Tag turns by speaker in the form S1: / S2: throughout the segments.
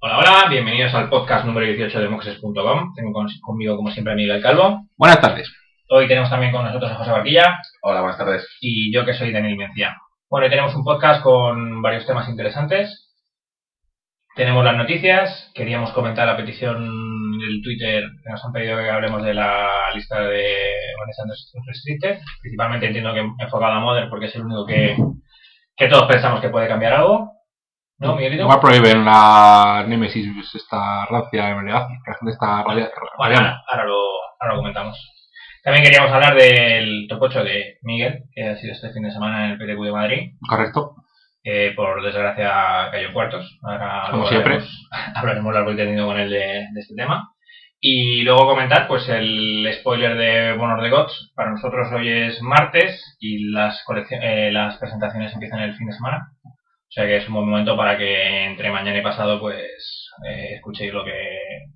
S1: Hola, hola, bienvenidos al podcast número 18 de Moxes.com. Tengo con- conmigo, como siempre, a Miguel Calvo.
S2: Buenas tardes.
S1: Hoy tenemos también con nosotros a José Barquilla
S2: Hola, buenas tardes.
S1: y yo, que soy Daniel Menciano. Bueno, hoy tenemos un podcast con varios temas interesantes. Tenemos las noticias. Queríamos comentar la petición del Twitter que nos han pedido que hablemos de la lista de organizadores restricted. Principalmente entiendo que enfocado a Modern porque es el único que, que todos pensamos que puede cambiar algo. ¿No, Miguelito?
S2: No va a prohibir la Nemesis esta rancia en realidad, que la gente está rabia-
S1: Bueno,
S2: rabiando.
S1: ahora, ahora lo, ahora lo comentamos. También queríamos hablar del top 8 de Miguel, que ha sido este fin de semana en el PTQ de Madrid,
S2: Correcto.
S1: que Eh, por desgracia cayó en cuartos. Ahora
S2: Como
S1: luego
S2: siempre.
S1: Hablaremos, hablaremos largo y tendido con él de, de este tema. Y luego comentar pues el spoiler de Bonor of the Gods. Para nosotros hoy es martes y las, coleccio- eh, las presentaciones empiezan el fin de semana. O sea que es un buen momento para que entre mañana y pasado pues eh, escuchéis lo que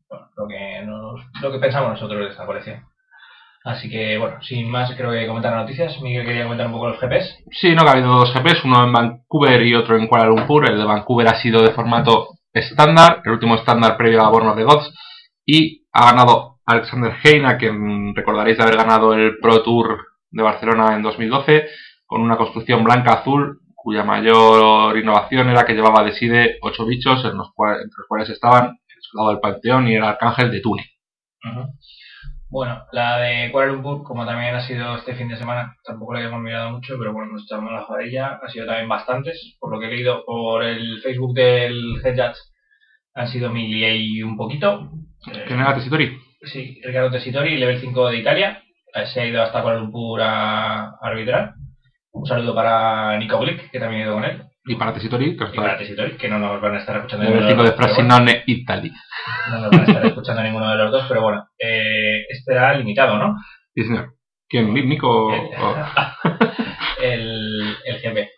S1: bueno, lo que nos, lo que pensamos nosotros de esta colección. Así que bueno, sin más creo que comentar las noticias. Miguel quería comentar un poco los GPs.
S2: Sí, no, que ha habido dos GPs, uno en Vancouver y otro en Kuala Lumpur. El de Vancouver ha sido de formato estándar, el último estándar previo a Born of the Gods, y ha ganado Alexander Hein, a quien recordaréis de haber ganado el Pro Tour de Barcelona en 2012, con una construcción blanca-azul, cuya mayor innovación era que llevaba de sí de ocho bichos, en los cuales, entre los cuales estaban el soldado del Panteón y el arcángel de Tune.
S1: Bueno, la de Kuala Lumpur, como también ha sido este fin de semana, tampoco la hemos mirado mucho, pero bueno, nos echamos la jodilla. Ha sido también bastantes, por lo que he leído por el Facebook del Head Judge, han sido mil y un poquito. Eh,
S2: ¿Quién era Tesitori?
S1: Sí, Ricardo Tessitori, level 5 de Italia. Eh, Se ha ido hasta Kuala Lumpur a a arbitrar. Un saludo para Nico Glick, que también he ido con él.
S2: Y para Tesitori, que
S1: Y para
S2: está
S1: Tessitori, que no nos van a estar escuchando.
S2: en el
S1: ninguno
S2: tipo
S1: los
S2: de
S1: dos, pero bueno.
S2: Frasinone Italy.
S1: No nos van a estar escuchando ninguno de los dos, pero bueno. Eh, este era limitado, ¿no?
S2: Sí, señor. ¿Quién? ¿Nico?
S1: El, el, el GP.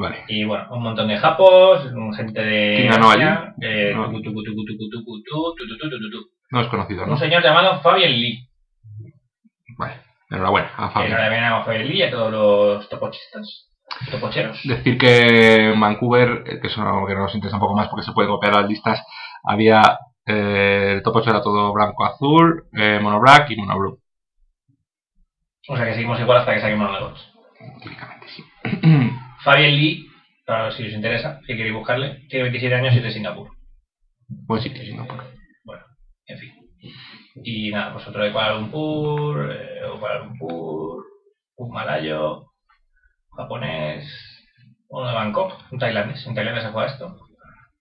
S2: Vale.
S1: Y bueno, un montón de japos, un gente de.
S2: ¿Quién ganó
S1: Asia, eh,
S2: No.
S1: tucu, tucu, tucu, tucu, tucu, tucu, tucu, tucu, tucu, tucu.
S2: No es conocido, ¿no?
S1: Un señor llamado Fabian Lee.
S2: Vale. Enhorabuena a
S1: Que no
S2: Fabián.
S1: le habían llamado Fabian Lee a todos los topochistas. Topocheros.
S2: Decir que en Vancouver, eh, que eso no- que nos interesa un poco más porque se puede copiar las listas, había eh, el top 8 era todo blanco-azul, eh, mono black y mono blue.
S1: O sea que seguimos igual hasta que saquemos los dos.
S2: Típicamente, sí.
S1: Fabian Lee, para si os interesa, si queréis buscarle, tiene 27 años y es de Singapur.
S2: Buen sitio, Singapur.
S1: En fin. Y nada, pues otro de Kuala Lumpur, eh, o Kuala Lumpur, un malayo, japonés, uno de Bangkok, un tailandés, en Tailandia se juega esto,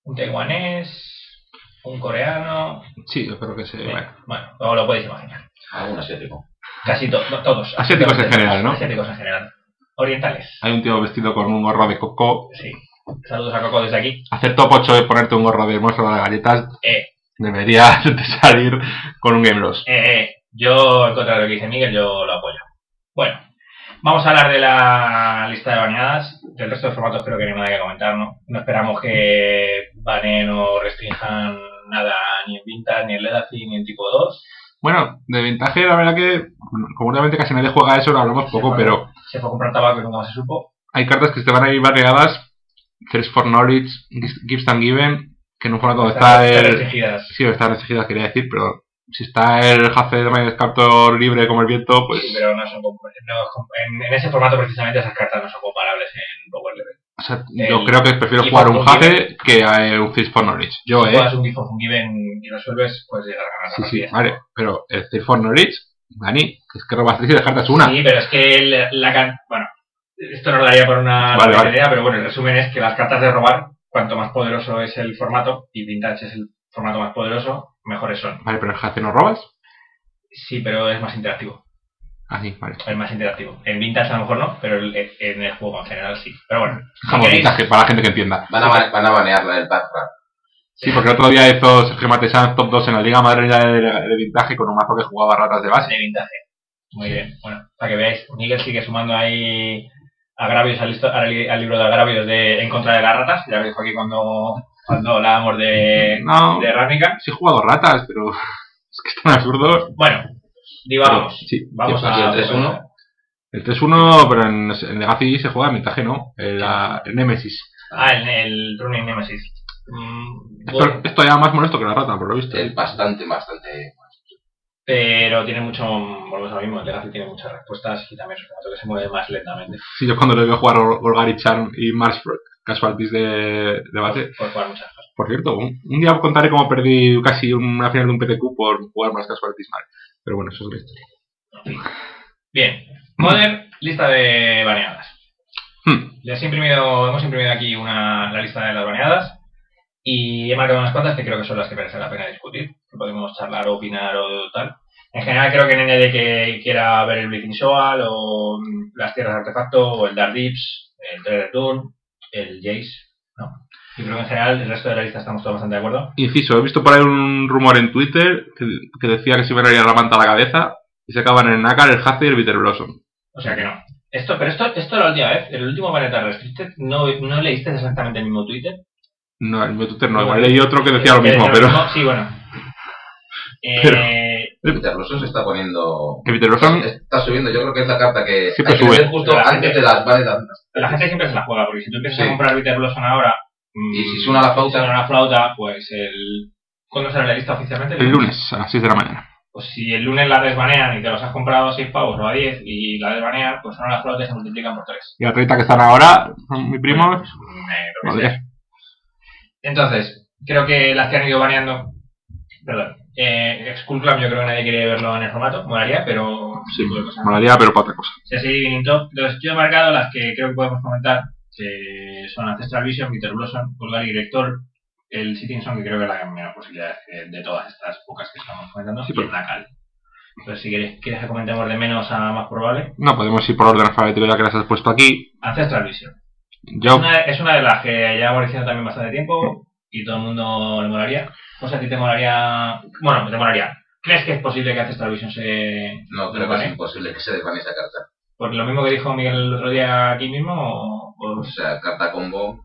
S1: un taiwanés, un coreano,
S2: Sí, yo creo que se.
S1: bueno,
S2: Bueno.
S1: bueno, luego lo podéis imaginar.
S3: Algún asiático.
S1: Casi to- no, todos.
S2: Asiáticos en general, ¿no?
S1: Asiáticos en general. Orientales,
S2: Hay un tío vestido con un gorro de coco.
S1: sí. Saludos a Coco desde aquí.
S2: Hacer top 8 de ponerte un gorro de muestra de galletas
S1: Eh.
S2: debería de salir con un Game Loss.
S1: Eh, eh, yo, en contra de lo que dice Miguel, yo lo apoyo. Bueno, vamos a hablar de la lista de baneadas. Del resto de formatos creo que no hay nada que comentar, ¿no? No esperamos que baneen o restrinjan nada, ni en Vintage, ni en Legacy, ni en tipo 2.
S2: Bueno, de ventaje, la verdad que, mm, seguramente casi nadie juega a eso, lo hablamos poco,
S1: Sí,
S2: pero
S1: Se fue a comprar tabaco y nunca se supo.
S2: hay cartas que te van a ir barreadas, Thirst for Knowledge, Gifts and Given, que en un formato donde está
S1: Están
S2: el...
S1: restringidas.
S2: Sí, está restringida, quería decir, pero si está el Hace de Mind Captor libre como el viento, pues
S1: Sí, pero no son comp- no es comp- en, en ese formato precisamente esas cartas no son comparables en Power Level.
S2: o sea,
S1: El-
S2: yo creo que prefiero
S1: el
S2: jugar un
S1: Given.
S2: Hace que a eh, un Thirst for Knowledge. Yo,
S1: si
S2: eh.
S1: juegas un Gift of Ungiven y resuelves, pues llegar a ganar la
S2: Sí, sí,
S1: partida.
S2: vale, pero el Thirst for Knowledge, Dani, es que robas tres y descartas una.
S1: Sí, pero es que el- la can- Bueno, esto nos daría por una
S2: Vale,
S1: buena
S2: vale.
S1: idea, pero bueno, el resumen es que las cartas de robar, cuanto más poderoso es el formato, y Vintage es el formato más poderoso, mejores son.
S2: Vale, pero el Hace no robas.
S1: Sí, pero es más interactivo.
S2: Así, Ah, vale.
S1: Es más interactivo. En Vintage a lo mejor no, pero el- en el juego en general sí. Pero bueno,
S2: Dejamos
S1: ¿Queréis?
S2: ventaje para la gente que entienda.
S3: Van a, ba- van a banear la del Backpack.
S2: Sí, porque el otro día hizo Sergio Matesán top 2 en la Liga Madreña de, de Vintaje con un mazo que jugaba ratas de base.
S1: de Vintage. Muy bien. Bueno, para que veáis, Miguel sigue sumando ahí agravios al, listo- al li- al libro de agravios de En contra de las ratas. Ya lo dijo aquí cuando, cuando hablábamos de,
S2: Eh, No,
S1: de Ravnica.
S2: sí he jugado ratas, pero es que están absurdos.
S1: Bueno,
S2: Vamos.
S1: divagamos.
S2: sí,
S1: Vamos
S2: sí,
S1: a.
S3: ¿Y el 3-1?
S2: El 3-1, pero en, en Legacy se juega en Vintaje, ¿no? El, la- el Nemesis.
S1: Ah, el, el Running Nemesis. mm,
S2: Esto,
S1: bueno,
S2: esto ya más molesto que la rata, por lo visto.
S3: Es bastante, bastante.
S1: pero tiene mucho, volvemos a lo mismo, el Legacy tiene muchas respuestas y también es un formato que se mueve más lentamente
S2: Sí, yo cuando le veo jugar Ol- Olgari Chan y Mars Fro- Casualties de, de base.
S1: por jugar muchas cosas.
S2: Por cierto, un, un día os contaré cómo perdí casi una final de un PTQ por jugar Mars Casualties mal. Pero bueno, eso es otra historia.
S1: Bien, Modern, lista de baneadas.
S2: Hmm.
S1: Les he imprimido, hemos imprimido aquí una, la lista de las baneadas y he marcado unas cuantas que creo que son las que merece la pena discutir, que podemos charlar, opinar o tal. En general creo que NND que quiera ver el Bleeding Soul o mm, las tierras de artefacto o el Dark Dips, el Treasure Tour, el Jace, no. Y creo que en general el resto de la lista estamos todos bastante de acuerdo.
S2: Inciso, he visto por ahí un rumor en Twitter que, que decía que se iban a ir a la manta a la cabeza y se acaban en Nakar, el Haze y el Bitter Blossom.
S1: O sea que no. Esto, pero esto, esto la última vez, el último Baneta Restricted, no, no leíste exactamente el mismo Twitter.
S2: No, en mi Twitter no, igual leí otro que decía lo
S1: Que
S2: mismo,
S1: decía
S2: pero
S1: Eh, Sí, bueno. Eh,
S3: Peter Rosso se está poniendo.
S2: el Bitter Blossom
S3: Está subiendo, yo creo que es la carta que.
S2: Siempre
S3: hay que
S2: sube.
S3: meter justo
S1: La gente-
S3: antes de las vales.
S1: Pero la gente siempre se la juega, porque si tú empiezas a
S3: Sí.
S1: comprar Bitter Blossom ahora. mm,
S3: Y si suena la flauta.
S1: suena la flauta, pues el. ¿Cuándo sale la lista oficialmente?
S2: el lunes a las 6 de la mañana.
S1: Pues si el lunes la desbanean y te los has comprado a 6 pavos o a 10 y la desbanean, pues son las flautas y se multiplican por Eh, 3.
S2: Y la 30 que están ahora, mi primo, joder,
S1: Entonces, creo que las que han ido baneando. Perdón. Eh, Skull Clan, yo creo que nadie quiere verlo en el formato, molaría, pero.
S2: sí,
S1: pues, o sea,
S2: molaría, pero para otra cosa.
S1: Sí, sí, Divining Top. Entonces, yo he marcado las que creo que podemos comentar, que son Ancestral Vision, Peter Blossom, Pulgar y Director, el Sitting Song, que creo que es la que menos posibilidades eh, de todas estas pocas que estamos comentando,
S2: Sí,
S1: y
S2: pero-
S1: el Dakal. Entonces, si quieres, quieres que comentemos de menos a más probable,
S2: No, podemos ir por orden alfabético ya que las has puesto aquí.
S1: Ancestral Vision. Es
S2: Yo,
S1: una, es una de las que llevamos diciendo también bastante tiempo y todo el mundo le molaría. O sea, a ti te molaría... Bueno, te molaría. ¿Crees que es posible que Ancestral Vision se...
S3: No, creo que es imposible que se desvane esa carta.
S1: Por lo mismo que dijo Miguel el otro día aquí mismo, o- o
S3: O sea, carta combo.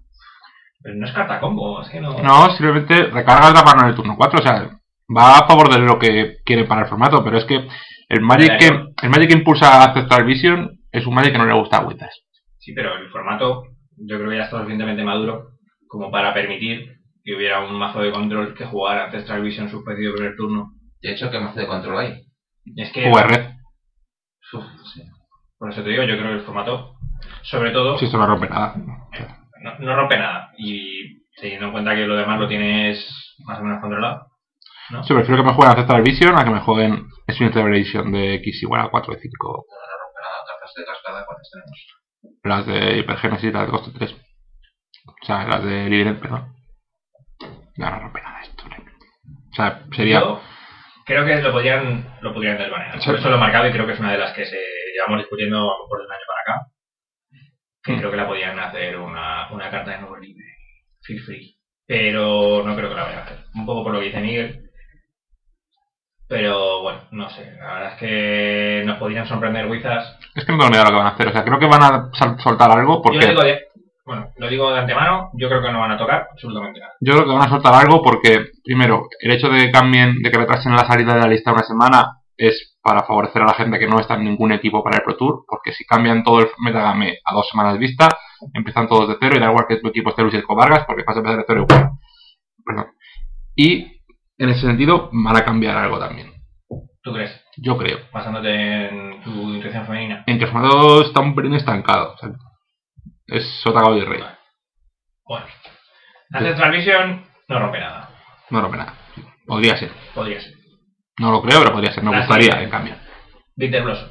S1: Pero no es carta combo, es que no.
S2: no, simplemente recargas la mano en el turno 4, o sea, va a favor de lo que quiere para el formato, pero es que el Magic que, el Magic que impulsa a aceptar Vision es un Magic que no le gusta a Wittas.
S1: Sí, pero el formato yo creo que ya está suficientemente maduro como para permitir que hubiera un mazo de control que jugara Ancestral Vision suspendido primer turno.
S3: De hecho, ¿qué más de control hay?
S1: Es que,
S2: O red,
S3: Uf, sí.
S1: por eso te digo, yo creo que el formato, sobre todo,
S2: si esto no rompe nada.
S1: no, no rompe nada. Y teniendo en cuenta que lo demás lo tienes más o menos controlado.
S2: Yo prefiero que me jueguen aceptar Vision a que me jueguen Swing Celebration de X igual a 4 de 5,
S3: Pero nada, cartas de cascada, ¿cuántas tenemos?
S2: las de Hypergenesis, las de coste 3. O sea, las de Liberate, perdón. No, no rompe nada esto, realmente. O sea, sería...
S1: Yo creo que lo podrían, lo podrían desbanear. Por eso lo he marcado y creo que es una de las que se llevamos discutiendo a lo mejor de un año para acá. Que
S2: Mm.
S1: creo que la podían hacer una, una carta de nuevo libre. Feel free. Pero no creo que la vayan a hacer. Un poco por lo que dice Miguel. Pero bueno, no sé. La verdad es que nos podrían sorprender Wizards
S2: Es que no tengo ni idea de lo que van a hacer. O sea, creo que van a sal- soltar algo porque
S1: Yo lo digo de, bueno, lo digo de antemano. Yo creo que no van a tocar absolutamente nada.
S2: yo creo que van a soltar algo porque, primero, el hecho de que cambien, de que retrasen la salida de la lista una semana es para favorecer a la gente que no está en ningún equipo para el Pro Tour, porque si cambian todo el metagame a dos semanas vista, empiezan todos de cero y da igual que tu equipo esté Luis Esco Vargas, porque vas a empezar de cero igual. Perdón. Y en ese sentido van a cambiar algo también.
S1: ¿Tú crees?
S2: Yo creo.
S1: Basándote en tu intuición femenina.
S2: En que el formato está un pelín estancado. o sea, es sota caballo y rey.
S1: Bueno. Ancestral Vision no rompe nada.
S2: No rompe nada. Podría ser.
S1: Podría ser.
S2: No lo creo, pero podría ser. Me
S1: Las
S2: gustaría,
S1: líneas.
S2: en cambio.
S1: Bitter Blossom.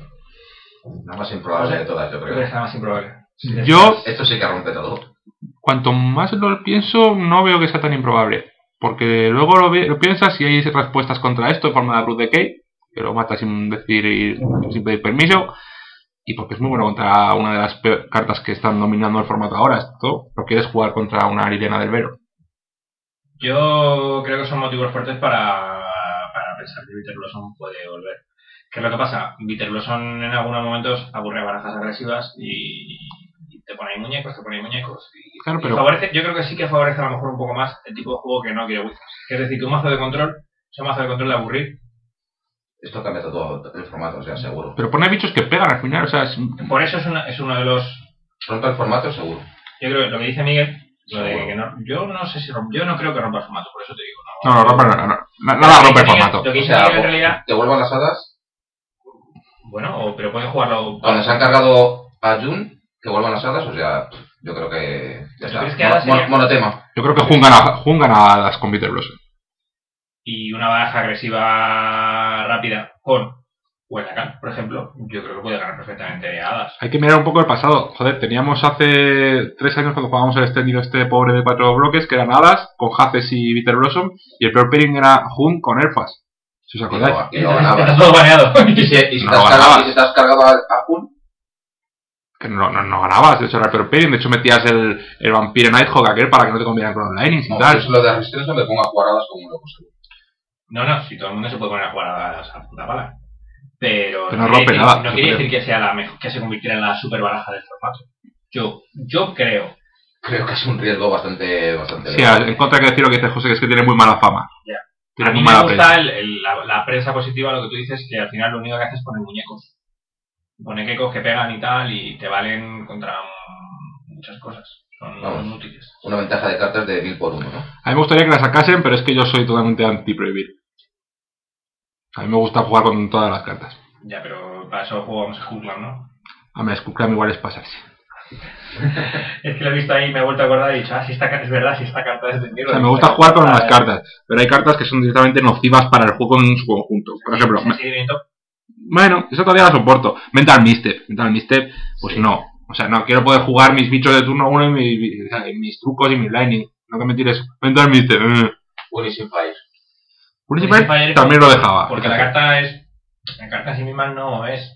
S3: La más improbable de todas, yo
S1: Creo que
S3: creo.
S1: es la más improbable.
S2: Yo,
S3: Esto sí que rompe todo.
S2: cuanto más lo pienso, no veo que sea tan improbable. Porque luego lo, vi- lo piensas y hay respuestas contra esto en forma de Root Decay, que lo mata sin decir sin pedir permiso. Y porque es muy bueno contra una de las peor- cartas que están dominando el formato ahora. Esto lo quieres jugar contra una Liliana del Vero.
S1: Yo creo que son motivos fuertes para, para pensar que Bitter Blossom puede volver. ¿Qué es lo que pasa? Bitter Blossom en algunos momentos aburre barajas agresivas y, y te pone ahí muñecos, te pone ahí muñecos. Y,
S2: Claro,
S1: y
S2: pero-
S1: favorece, yo creo que sí que favorece a lo mejor un poco más el tipo de juego que no quiere Wizards. Que Es decir, que un mazo de control es un mazo de control de aburrir.
S3: Esto cambia todo el formato, o sea, seguro.
S2: Pero pone bichos que pegan al final. O sea, es-
S1: Por eso es, una, es uno de los
S3: Rompe el formato, seguro.
S1: Yo creo que lo que dice Miguel Lo de
S2: Seguro.
S1: que no- yo no sé si romp- yo no creo que rompa el formato, por eso te digo.
S2: No, no, rompe, no, no, na- nada rompe el formato. pues,
S1: Lo que
S3: O
S1: hice
S3: sea,
S1: en realidad,
S3: te vuelvan las hadas.
S1: bueno, o- pero pueden jugarlo.
S3: Cuando se han cargado a Jun, que vuelvan las hadas, o sea, yo creo que.
S1: ¿Tú
S3: Ya está.
S1: crees que hadas
S3: Mono-
S1: sería-
S3: monotema.
S2: Yo creo que jungan a, jungan a las Computer Bros.
S1: y una baraja agresiva rápida con Huelacán, por ejemplo, yo creo que puede ganar perfectamente a Hadas.
S2: Hay que mirar un poco el pasado. Joder, teníamos hace tres años cuando jugábamos el extendido este pobre de cuatro bloques, que eran Hadas, con Haces y Bitter Blossom, y el peor pairing era Jun con Elfas. Si os
S3: Y
S2: acordáis.
S3: lo, y lo
S1: Está
S3: ganabas.
S1: todo baneado.
S3: Y si, y si
S2: No
S3: te has
S2: lo
S3: cargado,
S2: ganabas.
S3: y si te has cargado a, a Jun,
S2: Que no, no, no ganabas, de hecho era el peor pairing, de hecho metías el, el Vampire Nighthawk aquel para que no te combinaran con los Lightnings y
S3: no, yo
S2: tal.
S3: si lo de resistencia me pongo a jugar hadas como un loco. seguro.
S1: No, no, si todo el mundo se puede poner a jugar a Hadas a puta pala. Pero,
S2: Pero no
S1: quiere
S2: rompe
S1: decir-
S2: nada,
S1: no
S2: yo
S1: quiere
S2: creo.
S1: decir que sea la mejor, que se convirtiera en la super baraja del formato. Yo, yo creo.
S3: Creo que es un riesgo bastante, bastante
S2: Sí, en contra que decir lo que dice José, que es que tiene muy mala fama.
S1: Ya.
S2: Tiene
S1: a mí
S2: muy
S1: me
S2: mala prensa.
S1: gusta el- el- la, la prensa positiva, lo que tú dices, que al final lo único que haces es poner muñecos. Muñecos que pegan y tal y te valen contra mm, muchas cosas. Son
S3: Vamos.
S1: inútiles.
S3: Una ventaja de cartas de 1000 por 1, ¿no?
S2: A mí me gustaría que la sacasen, pero es que yo soy totalmente anti-prohibir. A mí me gusta jugar con todas las cartas.
S1: Ya, pero para eso jugamos a Hookland, ¿no?
S2: A mí, Skullclam igual es pasarse.
S1: Es que lo he visto ahí, me he vuelto a acordar y he dicho, ah, si esta, ca- es verdad, si esta carta es de mierda.
S2: O sea, me gusta jugar con las cartas, pero hay cartas que son directamente nocivas para el juego en su conjunto. Por ejemplo, me- bueno, eso todavía la soporto. Mental Misstep. Mental Misstep, pues
S1: Sí.
S2: no. O sea, no, quiero poder jugar mis bichos de turno uno y, mi- mi- o sea, y mis trucos y mis lightning. No que me tires. Mental Misstep. mm.
S3: Punishing Fire.
S2: Principal
S1: Principal,
S2: también lo dejaba.
S1: Porque la carta es. La carta en sí misma no es.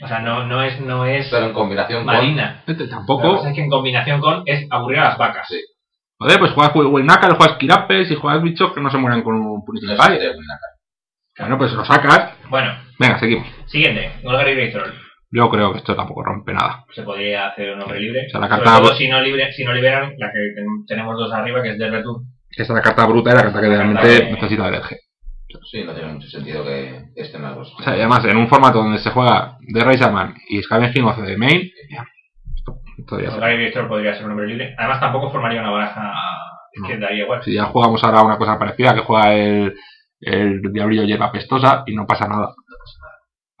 S1: O sea, no, no es, no es
S3: Pero en combinación con.
S1: marina.
S2: Este
S1: Lo que
S2: Tampoco.
S1: pasa es que en combinación con es aburrir a las vacas.
S3: Sí.
S2: Joder, pues juegas Winnakal, juegas Kirapes y juegas bichos que no se mueran con un Punishing
S3: No sé
S2: Fire.
S3: si es una carta.
S2: Bueno, pues lo sacas.
S1: Bueno,
S2: Venga, seguimos.
S1: siguiente, Golgari Victor.
S2: Yo creo que esto tampoco rompe nada.
S1: Se podría hacer un hombre libre.
S2: O sea, la carta-
S1: Sobre todo si no, libre, si no liberan la que ten- tenemos dos arriba, que es de Return.
S2: Esta es la carta bruta y la carta que
S1: La carta
S2: realmente
S1: que-
S2: necesita del eje.
S3: Sí, no tiene mucho sentido que estén las dos.
S2: O sea, y además, en un formato donde se juega The Razaman y Scavenging of the Main, ya, esto, esto ya se-
S1: Golgari Victor podría ser un hombre libre. Además, tampoco formaría una baraja. Es que daría igual.
S2: Si ya jugamos ahora una cosa parecida, que juega el, el Diablillo Hierba Pestosa y no pasa nada.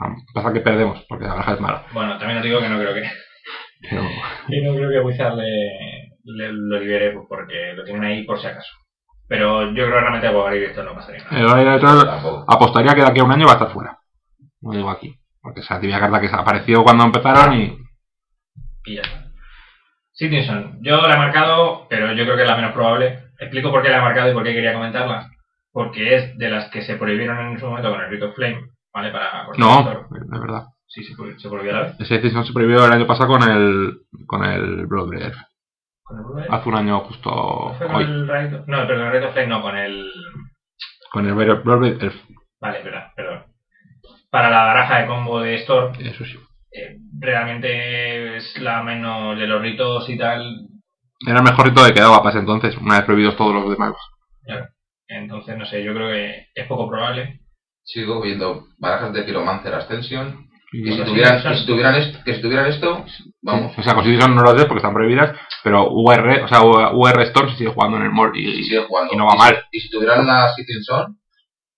S2: Vamos, Pasa que perdemos, porque la baraja es mala.
S1: Bueno, también os digo que no creo que,
S2: Pero
S1: que no creo que Wizard le, le- lo libere pues, porque lo tienen ahí por si acaso. Pero yo creo que realmente Golgari Victor no pasaría nada.
S2: el Valle de Troll
S3: Tampoco.
S2: apostaría que de aquí a un año va a estar fuera. Lo digo aquí. Porque esa tibia carta que se apareció cuando empezaron y
S1: y ya está. Sittinson, yo la he marcado, pero yo creo que es la menos probable. Explico por qué la he marcado y por qué quería comentarla. Porque es de las que se prohibieron en su momento con el Rito Flame, ¿vale? Para cortar el
S2: No,
S1: toro.
S2: de verdad.
S1: Sí, pues, se prohibió, se prohibió a la vez.
S2: Ese decisión se prohibió el año pasado con el con el Bloodbreaker.
S1: Con el Bloodbreaker.
S2: Hace un año justo
S1: ¿Fue con
S2: Ah, oh, hoy.
S1: el Rito? No, perdón, el Rito Flame no, con el...
S2: Con el Bloodbreaker, el-
S1: Vale, verdad, perdón. Para la baraja de combo de Storm,
S2: eso sí.
S1: eh, realmente es la menos de los ritos y tal.
S2: Era el mejor rito que quedaba para ese entonces, una vez prohibidos todos los demás.
S1: Entonces, no sé, yo creo que es poco probable.
S3: Sigo viendo barajas de Pyromancer Ascension. Y si
S1: Sí,
S3: tuvieran,
S1: sí, sí.
S3: y si tuvieran, est- que si tuvieran esto, vamos.
S2: O sea, Constitution no las ves porque están prohibidas, pero UR, o sea, UR Storm se sigue jugando en el mall
S3: Y
S2: y,
S3: sigue jugando.
S2: y no va
S3: si-
S2: mal.
S3: Y si tuvieran la Sitting Son,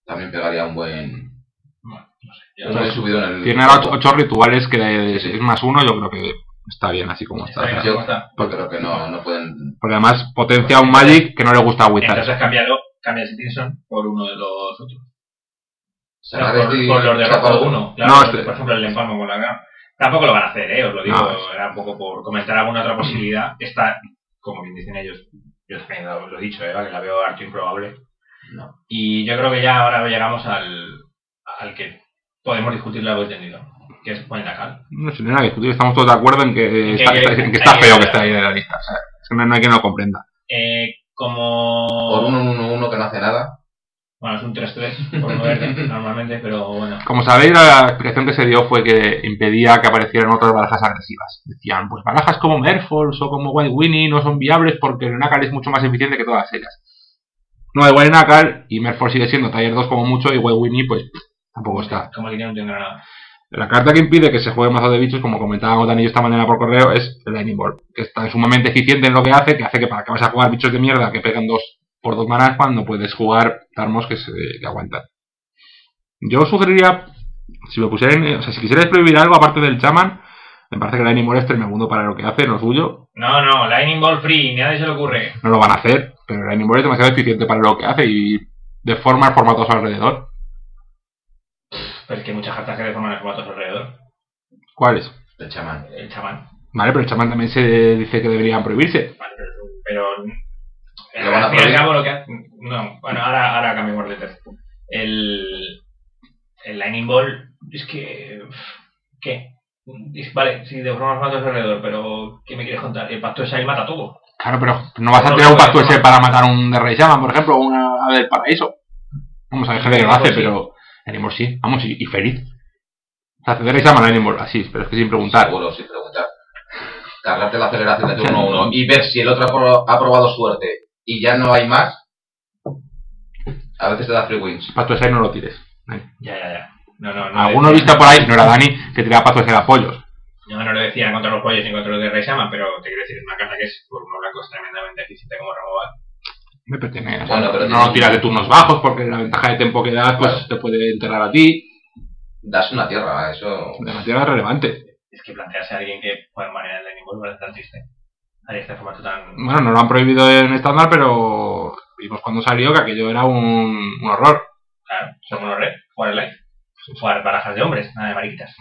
S3: también pegaría un buen.
S1: Bueno, no sé. yo-
S3: Un buen subido en el.
S2: tiene ahora ocho, ocho rituales que es, es más uno, yo creo que está bien así como
S1: Está
S2: está.
S1: bien,
S3: Yo-
S1: ¿cómo está?
S3: Yo creo que no, no pueden.
S2: Porque además potencia un Magic que no le gusta a Wizards.
S1: Entonces cámbialo, cambia el Stinson por uno de los otros.
S3: Sacar
S1: por,
S3: este y
S1: por los de
S3: sacar
S1: rojo
S3: uno.
S1: uno. Claro,
S2: No,
S1: porque,
S2: este-
S1: Por ejemplo, el de Empalmo con la gran. Tampoco lo van a hacer, ¿eh? os lo digo.
S2: No, este- es-
S1: Era un poco por comentar alguna otra posibilidad. Esta, como bien dicen ellos, yo también lo lo he dicho, Eva, que la veo harto improbable.
S3: No.
S1: Y yo creo que ya ahora llegamos al, al que podemos discutir la voz tendido, que es Juan Lacal.
S2: No sé, no hay nada que discutir, estamos todos de acuerdo en que
S1: En que
S2: está,
S1: hay que-
S2: está- en que está
S1: hay que-
S2: feo que esté ahí de la lista. O sea, es que no, no hay quien lo comprenda.
S1: Eh, como.
S3: Por un 1-1-1 que no hace nada.
S1: Bueno, es un 3-3 por no verde normalmente, pero bueno.
S2: Como sabéis, la explicación que se dio fue que impedía que aparecieran otras barajas agresivas. Decían, pues barajas como Merfolds o como White Winnie no son viables porque el Nakal es mucho más eficiente que todas ellas. No, igual el Nakal y Merfolds sigue siendo Taller 2 como mucho y White Winnie pues tampoco está.
S1: Como que no entiendo nada.
S2: La carta que impide que se juegue mazo de bichos, como comentábamos Dani y yo esta mañana por correo, es el Lightning Bolt, que es tan sumamente eficiente en lo que hace, que hace que para que vas a jugar bichos de mierda que pegan dos por dos manas cuando puedes jugar tarmos que, se, que aguantan. Yo sugeriría, si me pusieran, o sea, si quisierais prohibir algo aparte del chaman, me parece que el Lightning Bolt es tremendo para lo que hace, no suyo,
S1: No, no, Lightning Ball Free, ni a nadie se le ocurre.
S2: no lo van a hacer, pero el Lightning Bolt es demasiado eficiente para lo que hace y deforma el formato a su alrededor.
S1: Pero es que hay muchas cartas que deforman el formato a su alrededor.
S2: ¿Cuál es?
S3: El chamán.
S1: El chamán.
S2: Vale, pero el chamán también se dice que deberían prohibirse.
S1: Vale, pero- pero eh,
S3: Lo van a
S1: al fin y al
S3: prohibir.
S1: cabo lo que ha- no bueno ahora ahora cambiamos de tema el el lightning ball es que uf, qué Es- vale si de forma matos alrededor pero qué me quieres contar el pacto de Sail mata todo
S2: Claro, pero no vas a
S1: No,
S2: tirar
S1: no,
S2: un pacto
S1: no.
S2: ese para matar un de Rey Shaman, por ejemplo, o una ave del paraíso. Vamos a ver, gente que lo
S1: Animal
S2: hace,
S1: sí.
S2: pero Animor sí, vamos, y, y feliz. O sea, hace de Rey Shaman a Animor, así, pero es que sin preguntar.
S3: Seguro, sin preguntar. Cargarte la aceleración de turno 1 y ver si el otro ha, pro- ha probado suerte y ya no hay más. A veces te da free wins.
S2: Pacto ese no lo tires.
S1: ya ya ya no no no
S2: Alguno he
S1: decía-
S2: visto por ahí, no era Dani, que tiraba pacto ese de apoyos.
S1: no no lo decía contra los pollos ni contra los de Rey Shaman, pero te quiero decir es una carta que es por uno blanco es tremendamente eficiente como removal
S2: Me pertenece. o sea,
S3: Bueno, pero
S2: no lo
S3: tiene-
S2: tiras de turnos bajos porque la ventaja de tiempo que da pues
S3: Claro.
S2: te puede enterrar a ti.
S3: Das una tierra, eso.
S2: De manera relevante.
S1: es que plantearse a alguien que pueda manejar el lightning ball es tan triste haría este formato tan
S2: Bueno, no lo han prohibido en estándar, pero vimos cuando salió que aquello era un, un horror.
S1: Claro, son unos red, jugar live, jugar barajas de hombres, nada de mariquitas.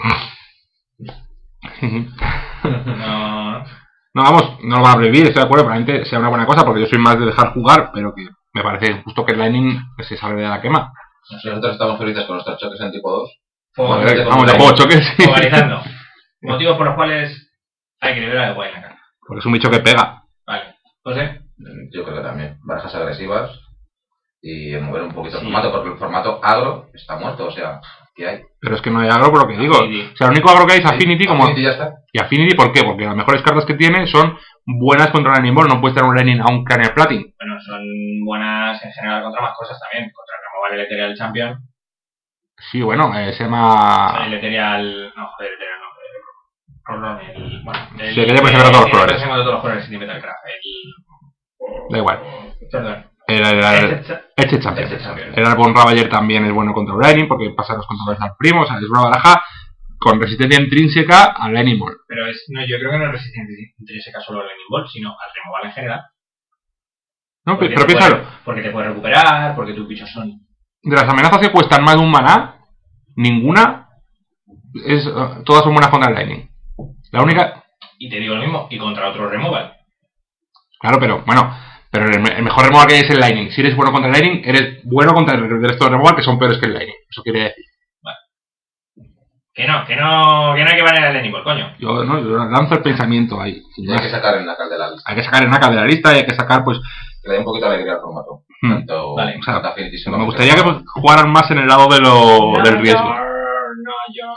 S1: No,
S2: No, vamos, no lo van a prohibir, estoy de acuerdo, probablemente sea una buena cosa, porque yo soy más de dejar jugar, pero que me parece justo que el Lightning pues, se salga de la quema.
S3: Nosotros estamos felices con nuestros choques en tipo 2.
S1: Fo-
S3: Joder.
S2: vamos, de juego choque, sí.
S1: focalizando. Motivos por los cuales hay que liberar el guay en la cara.
S2: Porque es un bicho que pega.
S1: Vale. José,
S3: Mm, Yo creo que también. Barajas agresivas y mover un poquito
S1: Sí.
S3: el formato, porque el formato agro está muerto, o sea, ¿qué hay?
S2: Pero es que no hay agro por lo que digo. O
S1: Didi,
S2: sea, lo único agro que hay es Affinity, como...
S3: Affinity ya está.
S2: ¿Y Affinity por qué? Porque las mejores cartas que tiene son buenas contra el Lightning Ball, no puedes tener un Lightning a un Craner Platin.
S1: bueno, son buenas en general contra más cosas también. Contra el removal Electrial Champion,
S2: Sí, bueno, eh, se
S1: ah.
S2: llama...
S1: Electrial... No, joder, Electrial no. eh, Rolón, el... Bueno, el...
S2: Sí, que ya pensé que era todos los
S1: el-
S2: colores.
S1: pensé que era todos los colores, sin Metalcraft. El...
S2: Da igual.
S1: Perdón.
S2: El, el, el- Este Champion.
S1: Este Champion.
S2: El Arbon Ravager también es bueno contra el Lightning porque pasa los controles al primo, o sea, es una baraja con resistencia intrínseca al Lightning Ball.
S1: Pero es, no, yo creo que no es resistente intrínseca solo al Lightning Ball, sino al removal en general.
S2: No,
S1: Porque
S2: pe- pero
S1: te
S2: piénsalo,
S1: Pues puede- porque te puedes recuperar, porque tus bichos son.
S2: de las amenazas que cuestan más de un maná, ninguna es eh, todas son buenas contra el Lightning. La única,
S1: Y te digo lo mismo, y contra otro removal.
S2: claro, pero bueno, pero el, me- el mejor removal que hay es el Lightning. Si eres bueno contra el Lightning, eres bueno contra el resto de removal que son peores que el Lightning. Eso quiere decir.
S1: Que no, que no, que no hay que banear al Enibol, coño.
S2: Yo, no, yo lanzo el pensamiento ahí. Sin
S3: Ya hay que
S2: más.
S3: sacar en la cal de la lista.
S2: Hay que sacar el NACA de la lista y hay que sacar, pues,
S3: Que le dé un poquito de alegría al formato.
S2: Hmm.
S3: Tanto,
S1: Vale,
S2: o sea,
S3: tanto Affinity
S2: me
S3: solamente.
S2: gustaría que pues, jugaran más en el lado de lo, del riesgo.
S1: No, yo.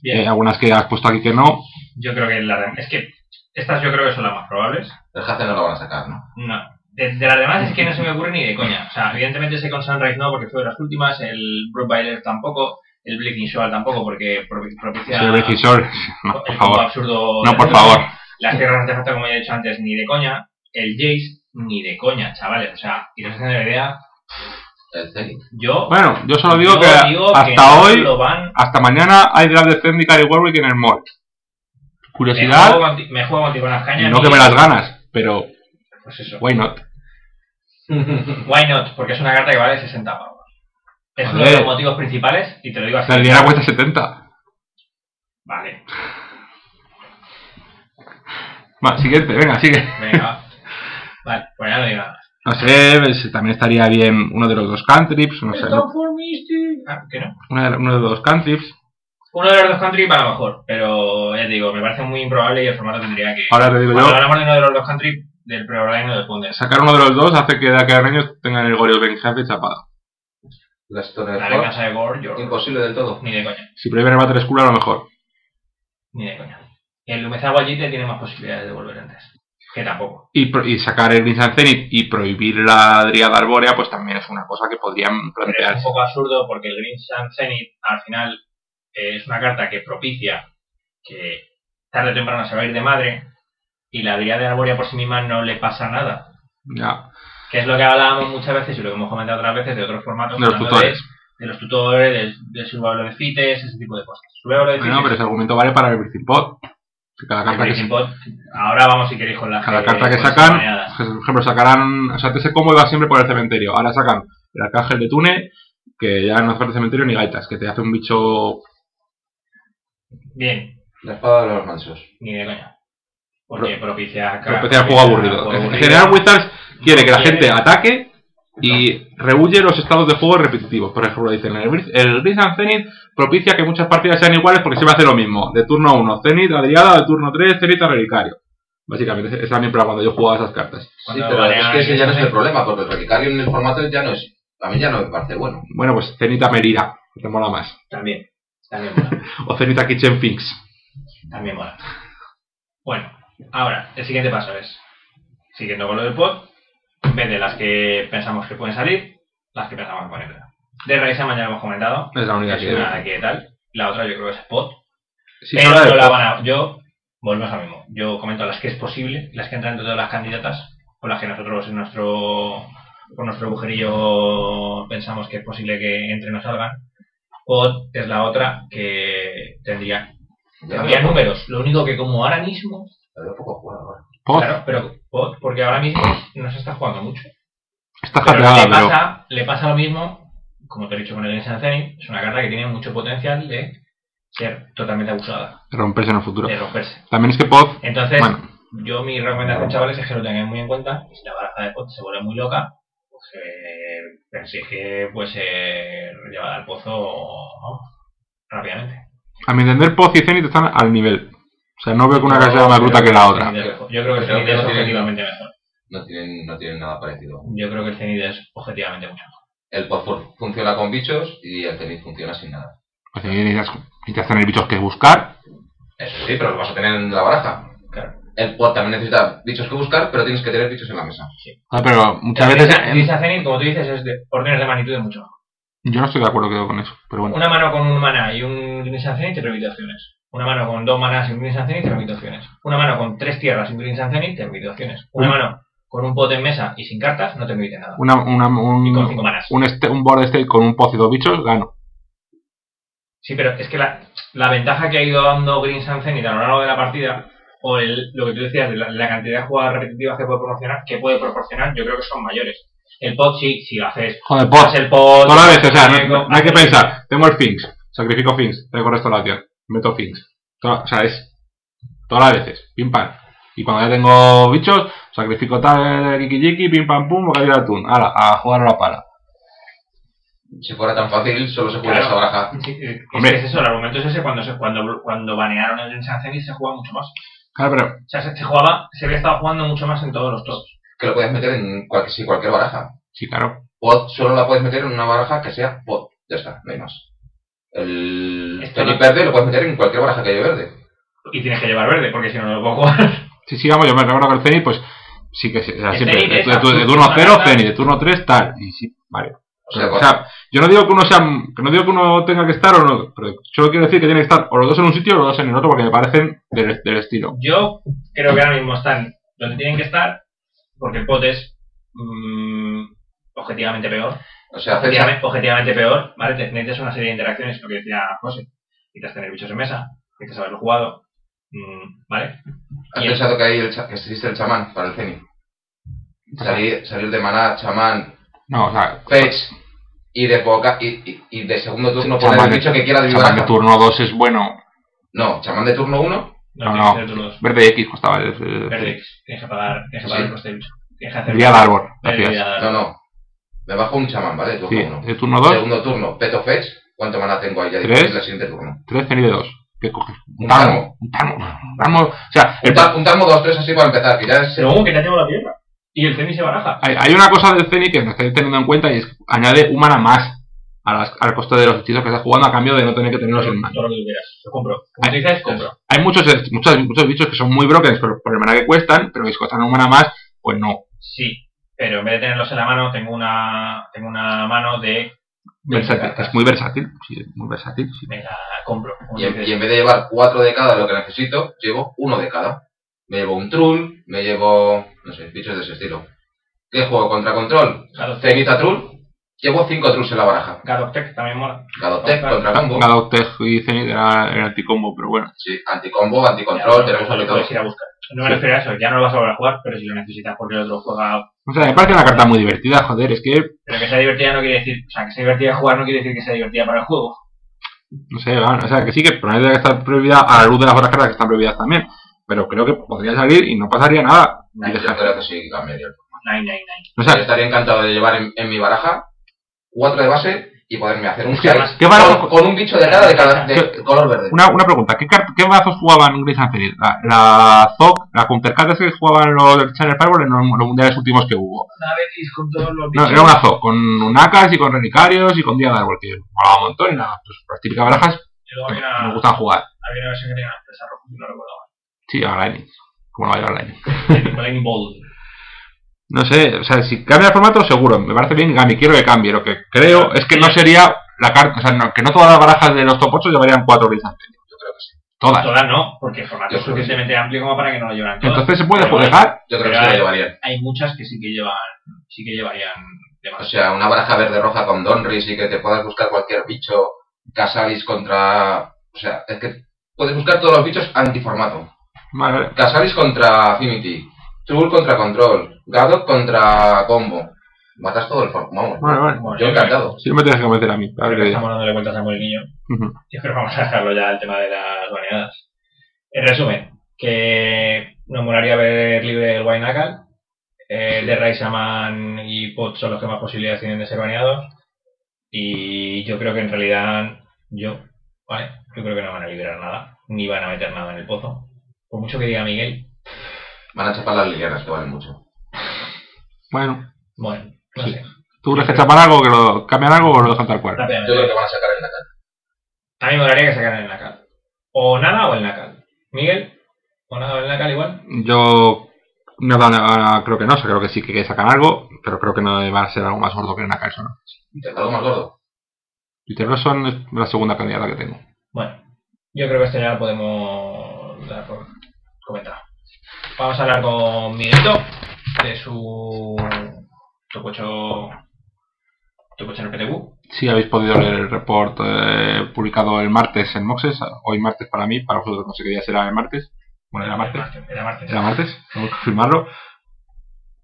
S1: Bien,
S2: Eh, algunas que has puesto aquí que no.
S1: yo creo que la rem- Es que estas yo creo que son las más probables.
S3: El Hace no lo van a sacar, ¿no?
S1: No. De, de las demás es que no se me ocurre ni de coña. O sea, evidentemente ese con Sunrise no, porque fue de las últimas. El Brook Bailer tampoco. El Blinking Shoal tampoco, porque pro- propicia.
S2: Señor Regisor,
S1: el
S2: no, por
S1: combo
S2: favor.
S1: absurdo
S2: No,
S1: de
S2: por
S1: turno.
S2: favor.
S1: Las tierras de artefacto, como ya he dicho antes, ni de coña. El Jace, ni de coña, chavales. O sea, y no se hacen la idea.
S3: El Zenith.
S1: Yo,
S2: Bueno, yo solo digo
S1: yo
S2: que
S1: digo que
S2: hasta
S1: no
S2: hoy
S1: Lo van,
S2: Hasta mañana hay draft de Zendikar y Warwick en el mall.
S1: me,
S2: Curiosidad,
S1: juego conti- me juego contigo las
S2: y
S1: cañas.
S2: no
S1: y-
S2: que me las ganas, pero
S1: Pues eso.
S2: why not?
S1: Why not? Porque es una carta que vale 60 pavos. Es uno de
S2: Joder.
S1: los motivos principales y te lo digo así.
S2: La dinero cuesta 70.
S1: Vale,
S2: Va, siguiente, venga, sigue.
S1: venga. va. vale, pues ya no digo nada. más.
S2: No sé, ves, también estaría bien uno de los dos cantrips, no sé,
S1: Stop for Misty. Ah, que no.
S2: una de- uno de los dos cantrips.
S1: Uno de los dos country para lo mejor, pero ya te digo, me parece muy improbable y el formato tendría que.
S2: Ahora te digo
S1: Cuando
S2: yo,
S1: hablamos de uno de los dos country, del pre-online o del Pundel.
S2: sacar uno de los dos hace que de aquí a años tengan el Gorios Benjafe chapado.
S3: La Stoner
S1: La venganza
S3: Force.
S1: de Gore, yo.
S3: Imposible del todo.
S1: Ni de coña,
S2: Si prohíben el Battle School a lo mejor.
S1: ni de coña. El Umezawa allí te tiene más posibilidades de volver antes. Que tampoco.
S2: Y, pro- y sacar el Vincent Zenith y prohibir la Driada Arbórea, pues también es una cosa que podrían
S1: Pero es un
S2: plantearse.
S1: poco absurdo porque el Green Sun Zenith al final eh, es una carta que propicia que tarde o temprano se va a ir de madre y la habilidad de Arborea por sí misma no le pasa nada.
S2: Ya.
S1: Que es lo que hablábamos muchas veces y lo que hemos comentado otras veces de otros formatos.
S2: De los
S1: hablando
S2: tutores.
S1: De, de los tutores, de, de su valor de fites, ese tipo de cosas. Su valor de
S2: Bueno,
S1: fites-
S2: pero ese argumento vale para el Breathing Pod. Que cada carta
S1: el
S2: que,
S1: Breaking Pod. Ahora vamos si queréis con las
S2: cada carta que
S1: con las
S2: sacan,
S1: baneadas.
S2: por ejemplo, sacarán. O sea, antes se combo iba siempre por el cementerio. Ahora sacan el arcángel de Tune, que ya no hace falta cementerio ni gaitas, que te hace un bicho.
S1: Bien,
S3: La espada de los mansos.
S1: ni de coña. Porque propicia, ca-
S2: Especial juego aburrido.
S1: juego
S2: En
S1: aburrido.
S2: general, Wizards quiere que la
S1: Quiere-
S2: gente ataque y rehuye los estados de juego repetitivos. Por ejemplo, dicen el Blitz- el Blitz and Zenith propicia que muchas partidas sean iguales porque siempre hace lo mismo. De turno 1, Zenith, Adriada, de turno 3, Zenith a Relicario. Básicamente, esa es mi prueba cuando yo jugaba esas cartas.
S3: Sí,
S1: Cuando
S3: pero es
S1: banean
S3: que ese ya no es el
S1: gente.
S3: problema, porque el relicario en el formato ya no es. A mí ya no me parece bueno.
S2: Bueno, pues Zenith a Merida, que te mola más.
S1: También, también mola.
S2: O Zenith a Kitchen Finks.
S1: también mola. Bueno, ahora, el siguiente paso es, siguiendo con lo del pod, en vez de las que pensamos que pueden salir, las que pensamos que pueden entrar. De raíz mañana ya lo hemos comentado,
S2: Es la única
S1: es
S2: que.
S1: una que tal. La otra yo creo que es pod,
S2: Sí,
S1: pero
S2: habla de
S1: no la
S2: Pod.
S1: van a- Yo, volvemos a lo mismo. Yo comento las que es posible, las que entran dentro de las candidatas, o las que nosotros en nuestro, por nuestro agujerillo pensamos que es posible que entren o salgan. O es la otra que tendría,
S3: Ya
S1: tendría
S3: veo-
S1: números. Lo único que como ahora mismo,
S3: ya veo poco jugado ahora.
S2: Pod.
S1: claro, pero Pod, porque ahora mismo no se está jugando mucho.
S2: Está
S1: Pero
S2: jateada,
S1: le,
S2: pero.
S1: pasa, le pasa lo mismo, como te he dicho con el Instant Zenith, es una carta que tiene mucho potencial de ser totalmente abusada,
S2: Romperse en el futuro.
S1: de romperse.
S2: También es que Pod.
S1: Entonces,
S2: Bueno,
S1: yo mi recomendación, chavales, es que lo tengáis muy en cuenta. Si la baraja de pot se vuelve muy loca, pues eh, penséis que puede ser llevada al pozo ¿no? rápidamente.
S2: a mi entender, Pod y Zenith están al nivel. O sea, no veo que una
S1: No,
S2: casa sea más
S1: creo
S2: bruta que la otra.
S1: Zenith es- Yo creo que el Zenith
S3: Creo que
S1: es
S3: no tiene-
S1: objetivamente mejor.
S3: No tienen, no tienen nada parecido.
S1: Yo creo que el Zenith es objetivamente mucho mejor.
S3: El pod fun- funciona con bichos y el tenis funciona sin nada.
S2: Pues ahí necesitas, necesitas tener bichos que buscar.
S3: Eso sí, pero lo vas a tener en la baraja.
S1: Claro.
S3: El pod también necesita bichos que buscar, pero tienes que tener bichos en la mesa.
S2: Ah, pero muchas veces.
S1: El Zenith a Zenith, como tú dices, es de órdenes de magnitud mucho mejor.
S2: yo no estoy de acuerdo creo, con eso. Pero bueno.
S1: Una mano con un mana y un Instant Zenith te permite opciones. Una mano con dos manas y un Instant Zenith te permite opciones. Una mano con tres tierras y un Instant Zenith te permite opciones. Una
S2: Mm.
S1: mano con un pot en mesa y sin cartas no te permite nada.
S2: Una, una- un,
S1: Y con cinco manas.
S2: un, este- un board state con un poz y dos bichos, gano.
S1: Sí, pero es que la, la ventaja que ha ido dando Green Sun Zenith a lo largo de la partida, o el, lo que tú decías de la, la cantidad de jugadas repetitivas que puede proporcionar, que puede proporcionar, yo creo que son mayores. El pot sí, si lo haces,
S2: Joder, poz.
S1: haces el pot, eh,
S2: Toda la vez, o sea, no,
S1: haces
S2: no-
S1: el-
S2: no hay que pensar. Tengo el Finks, sacrifico Finks, traigo restauración, meto Finks. Toda- o sea, es. Todas las veces, pim pam. Y cuando ya tengo bichos, sacrifico tal, kiki jiki, pim pam pum, bocadillo de atún. Ala, a jugar a la pala.
S3: Si fuera tan fácil, solo se juega
S1: Claro.
S3: esa baraja.
S1: Sí, eh, es,
S2: Hombre.
S1: que es eso, el argumento es ese, cuando, se, cuando, cuando banearon el Green Sun Zenith se jugaba mucho más.
S2: Claro, pero
S1: O sea, se, se jugaba, se había estado jugando mucho más en todos los tops.
S3: Que lo puedes meter en cual- sí, cualquier baraja.
S2: sí, claro.
S3: Pod solo la puedes meter en una baraja que sea pod. Ya está, no hay más. El
S1: Esto
S3: tenis
S1: no-
S3: verde lo puedes meter en cualquier baraja que haya verde.
S1: Y tienes que llevar verde, porque si no, no lo puedo jugar.
S2: Sí, sí, vamos, yo me recuerdo que el Zenith, pues sí que sí. O sea,
S1: El
S2: siempre,
S1: Zenith
S2: de,
S1: es
S2: de- de
S1: azul,
S2: turno
S1: una
S2: 0,
S1: carta.
S2: Zenith, de turno 3, tal. Y sí, vale.
S3: O sea, pues
S2: O sea, yo no digo que uno sea, que no digo que uno tenga que estar o no, pero solo quiero decir que tiene que estar o los dos en un sitio o los dos en el otro porque me parecen del, del estilo.
S1: Yo creo que ahora mismo están donde tienen que estar, porque el pot es mm, objetivamente peor.
S3: o sea, haces-
S1: Objetivamente, objetivamente peor, ¿vale? Te- Necesitas una serie de interacciones, lo que decía José. Necesitas tener bichos en mesa, necesitas haberlo jugado, mm, ¿vale?
S3: ¿Has
S1: Y el-
S3: pensado que, hay el cha- que existe el chamán para el Zenith? Salir, salir de maná, chamán,
S2: No, o sea,
S3: fetch Pues, y de boca y, y- y de segundo turno poner
S2: Chamán
S3: el
S2: de-
S3: bicho que quiera de mi
S2: chamán de
S3: baraja.
S2: turno 2 es bueno.
S3: No, chamán de turno 1,
S2: No,
S1: tienes
S2: no.
S1: que hacer turnos
S2: Verde X costaba el. el-
S1: verdes, tienes que pagar, tienes que pagar el
S3: Sí.
S1: coste del bicho. Tienes que
S2: el
S1: hacer.
S2: día de árbol,
S1: el
S2: gracias.
S1: día de árbol.
S3: no, no. Me bajo un chamán, ¿vale? Turno
S2: Sí,
S3: uno.
S2: de turno 2,
S3: Segundo turno, peto fetch, ¿cuánto maná tengo ahí ya
S2: Tres.
S3: disponible el siguiente turno?
S2: 3 Zenith de 2. ¿Qué coges? Un
S3: Un
S2: tarmo,
S3: tarmo.
S2: un tarmo, un tarmo. O sea, el
S3: Un, ta- un tamo, dos, tres así para empezar, que ya es-
S1: Según que te ha llevado la tierra. Y el tenis se baraja.
S2: Hay, hay una cosa del Zenith que no estáis teniendo en cuenta y es que añade un mana más a las- al coste de los hechizos que estás jugando a cambio de no tener que tenerlos en mano.
S1: Todo lo que quieras. Lo compro. Como tú dices, compro.
S2: Hay muchos, eh, muchos, muchos bichos que son muy broken por, por el mana que cuestan, pero que si cuestan un mana más, pues no.
S1: Sí, pero en vez de tenerlos en la mano, tengo una, tengo una mano de
S2: Versátil,
S1: cartas.
S2: es muy versátil, sí, es muy versátil. sí.
S1: Me la compro. como
S3: Y en,
S1: dices.
S3: y en vez de llevar cuatro de cada lo que necesito, llevo uno de cada. Me llevo un trull, me llevo, no sé, bichos de ese estilo. ¿Qué juego? ¿Contra control?
S1: Gadotec,
S3: Ceniza trull. Llevo cinco trulls en la baraja.
S1: Gadotec también mola.
S3: Gadotec
S1: Claro.
S3: contra combo.
S2: Gadotech y Zenith era el anticombo, pero bueno.
S3: Sí, anticombo,
S1: Ya,
S3: anticontrol, tenemos
S1: eso
S3: aquí
S1: lo
S3: todo.
S1: puedes ir a buscar. No me refiero a eso, ya no lo vas a volver a jugar, pero si lo necesitas porque el otro juega.
S2: O sea, me parece una carta muy divertida, joder, es que,
S1: Pero que sea divertida no quiere decir. O sea, que sea divertida jugar no quiere decir que sea divertida para el juego.
S2: no sé, va, o sea, que sí que probablemente que está prohibida a la luz de las otras cartas que están prohibidas también. Pero creo que podría salir y no pasaría nada. Y
S3: Yo
S2: dejar-
S3: creo que sí, que cambiaría.
S1: Nine, nine, nine.
S2: O
S3: Yo
S2: sea,
S3: estaría encantado de llevar en, en mi baraja cuatro de base y poderme hacer un
S2: ¿Qué-
S3: seis
S2: qué baraja-
S3: con, con un bicho de cada de, cada, de
S2: ¿Qué-
S3: color verde.
S2: una, una pregunta, ¿qué, cart- ¿qué mazos jugaban Gris and Zenith? La, la Zoc, la Countercard esa que jugaban los del Channel Fireball en los, los mundiales últimos que hubo.
S1: Una Betis con todos los
S2: No, era una Zoc, con Unacas y con Relicarios y con Día de Árbol, que molaba un montón y nada, pues las típicas barajas
S1: Y luego
S2: que
S1: había una,
S2: nos gustan jugar.
S1: había una versión que tenía una empresa roja, no recordaba.
S2: Sí, a Lightning. Como no va a llevar Lightning.
S1: Lightning Bolt.
S2: No sé, o sea, si cambia el formato, seguro. Me parece bien, Gami, quiero que cambie. Lo que creo es que no sería la carta, o sea, no- que no todas las barajas de los top 8 llevarían 4 horizontes.
S3: Yo creo que sí.
S2: Todas.
S1: Todas no, porque el formato
S3: Yo
S1: es
S3: creo que sí.
S1: suficientemente amplio como para que no lo llevan todas.
S2: Entonces se puede
S1: Pero bueno,
S2: jugar.
S3: Yo creo que
S1: Pero
S3: sí lo
S1: hay-
S3: llevaría.
S1: Hay muchas que sí que llevan, sí que llevarían
S3: O
S1: demás.
S3: sea, una baraja verde-roja con Donris y que te puedas buscar cualquier bicho. Casalis contra... O sea, es que puedes buscar todos los bichos antiformato.
S2: Vale, vale.
S3: Casalis contra Affinity. Trull contra Control. Gadot contra Combo. Matas todo el formato.
S2: Vale, vale.
S1: Bueno,
S3: Yo encantado.
S2: Si no me tienes que convencer a mí. a ver
S1: Creo
S2: qué
S1: que
S2: digo.
S1: estamos dándole vueltas a Molinillo.
S2: Ujú.
S1: Yo creo que vamos a dejarlo ya el tema de las variedades. En resumen, que nos molaría ver libre el Guaynacal. Eh, de Raisaman y Pot son los que más posibilidades tienen de ser baneados. Y yo creo que en realidad, yo, vale, yo creo que no van a liberar nada, ni van a meter nada en el pozo. Por mucho que diga Miguel,
S3: Van a chapar las lilianas, que valen mucho.
S2: Bueno,
S1: bueno, no
S2: Sí.
S1: sé,
S2: ¿tú crees que chapan algo, que lo cambian algo o lo dejan tal cual?
S3: Yo
S1: rápidamente.
S3: creo que van a sacar el Natal.
S1: A mí me gustaría que sacaran el Nacal. O nada o el Nacal. Miguel, o nada o el Nacal igual.
S2: Yo no, no, no, creo que no, o sea, creo que sí que sacan algo, pero creo que no va a ser algo más gordo que una calzona. ¿no?
S3: Algo más gordo.
S2: Peter Wilson es la segunda candidata que tengo.
S1: Bueno, yo creo que esto ya lo podemos dar por comentado. Vamos a hablar con Miguelito de su tococho tococho en el PTQ.
S2: Sí, habéis podido leer el report eh, publicado el martes en Moxes, hoy martes para mí, para vosotros no sé qué día será el martes. Bueno, era martes.
S1: Era martes.
S2: Era martes, tengo que firmarlo.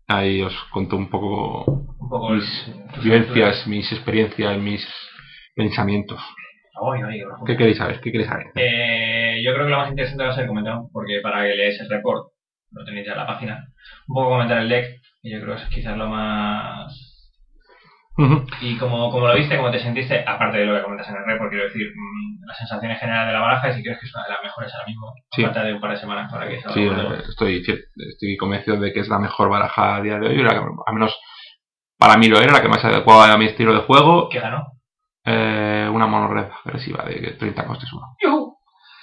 S2: Ahí os cuento un poco
S1: Un poco el- tus aventuras.
S2: vivencias, mis experiencias, mis pensamientos.
S1: Ay, ay, qué bravo.
S2: ¿Qué queréis saber? ¿Qué queréis saber?
S1: Eh, yo creo que lo más interesante va a ser comentar, porque para que leáis el report, lo tenéis ya en la página, un poco comentar el deck, que yo creo que es quizás lo más
S2: Ujú.
S1: Y como, como lo viste, como te sentiste, aparte de lo que comentas en el report, quiero decir, mm, las sensaciones generales de la baraja, y si crees que es una de las mejores ahora mismo, a
S2: Sí.
S1: falta de un par de semanas para que salga.
S2: Sí,
S1: algo.
S2: eh, estoy, sí, estoy convencido de que es la mejor baraja a día de hoy, la que, al menos para mí lo era, la que más adecuada a mi estilo de juego.
S1: ¿Qué ganó?
S2: Eh, una monored agresiva de 30 costes uno.
S1: ¡Yuhu!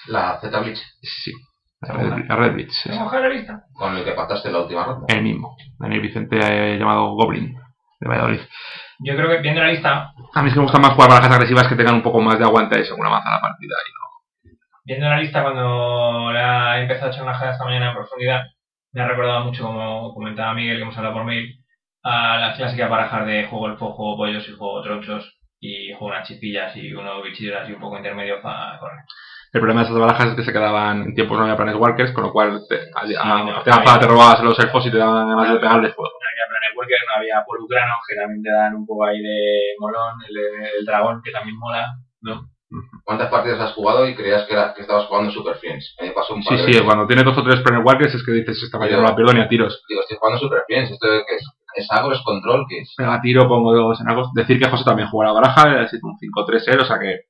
S3: La Z Bleach,
S2: Sí. La
S1: Segunda.
S2: Red, la Red Bridge,
S1: Se
S2: esa.
S1: moja la vista.
S3: con el que pactaste la última ronda.
S2: El mismo. Daniel Vicente eh, llamado Goblin, de Valladolid.
S1: Yo creo que viendo la lista,
S2: A mí es que me gustan más jugar barajas agresivas que tengan un poco más de aguante según avanza la partida.
S1: viendo la lista cuando la he empezado a echar una jada esta mañana en profundidad, me ha recordado mucho, como comentaba Miguel, que hemos hablado por mail, a las clásicas barajas de juego elfo, juego pollos y juego tronchos, y juego unas chispillas y uno bichillas y un poco intermedio para correr.
S2: El problema de esas barajas es que se quedaban en tiempos no había planes walkers, con lo cual te, a- a-
S1: no,
S2: te, daban
S1: ahí-
S2: para- te robabas los elfos y te daban además de pegarle fuego.
S1: no había Planet Walker, no había Polucrano, que también te dan un poco ahí de molón, el, el dragón, que también mola.
S3: ¿Cuántas partidas has jugado y creías que, era- que estabas jugando Super Friends? A mí me pasó un par
S2: Sí,
S3: de
S2: sí,
S3: veces.
S2: cuando tienes dos o tres planes walkers es que dices, esta partida no la pierdo ni a tiros.
S3: Digo, estoy jugando Super Friends. ¿Esto qué es? ¿Es algo? ¿Es control? ¿Qué es?
S2: Pega tiro, pongo dos en algo. Decir que José también jugó a la baraja, era así un 5-3-0, o sea que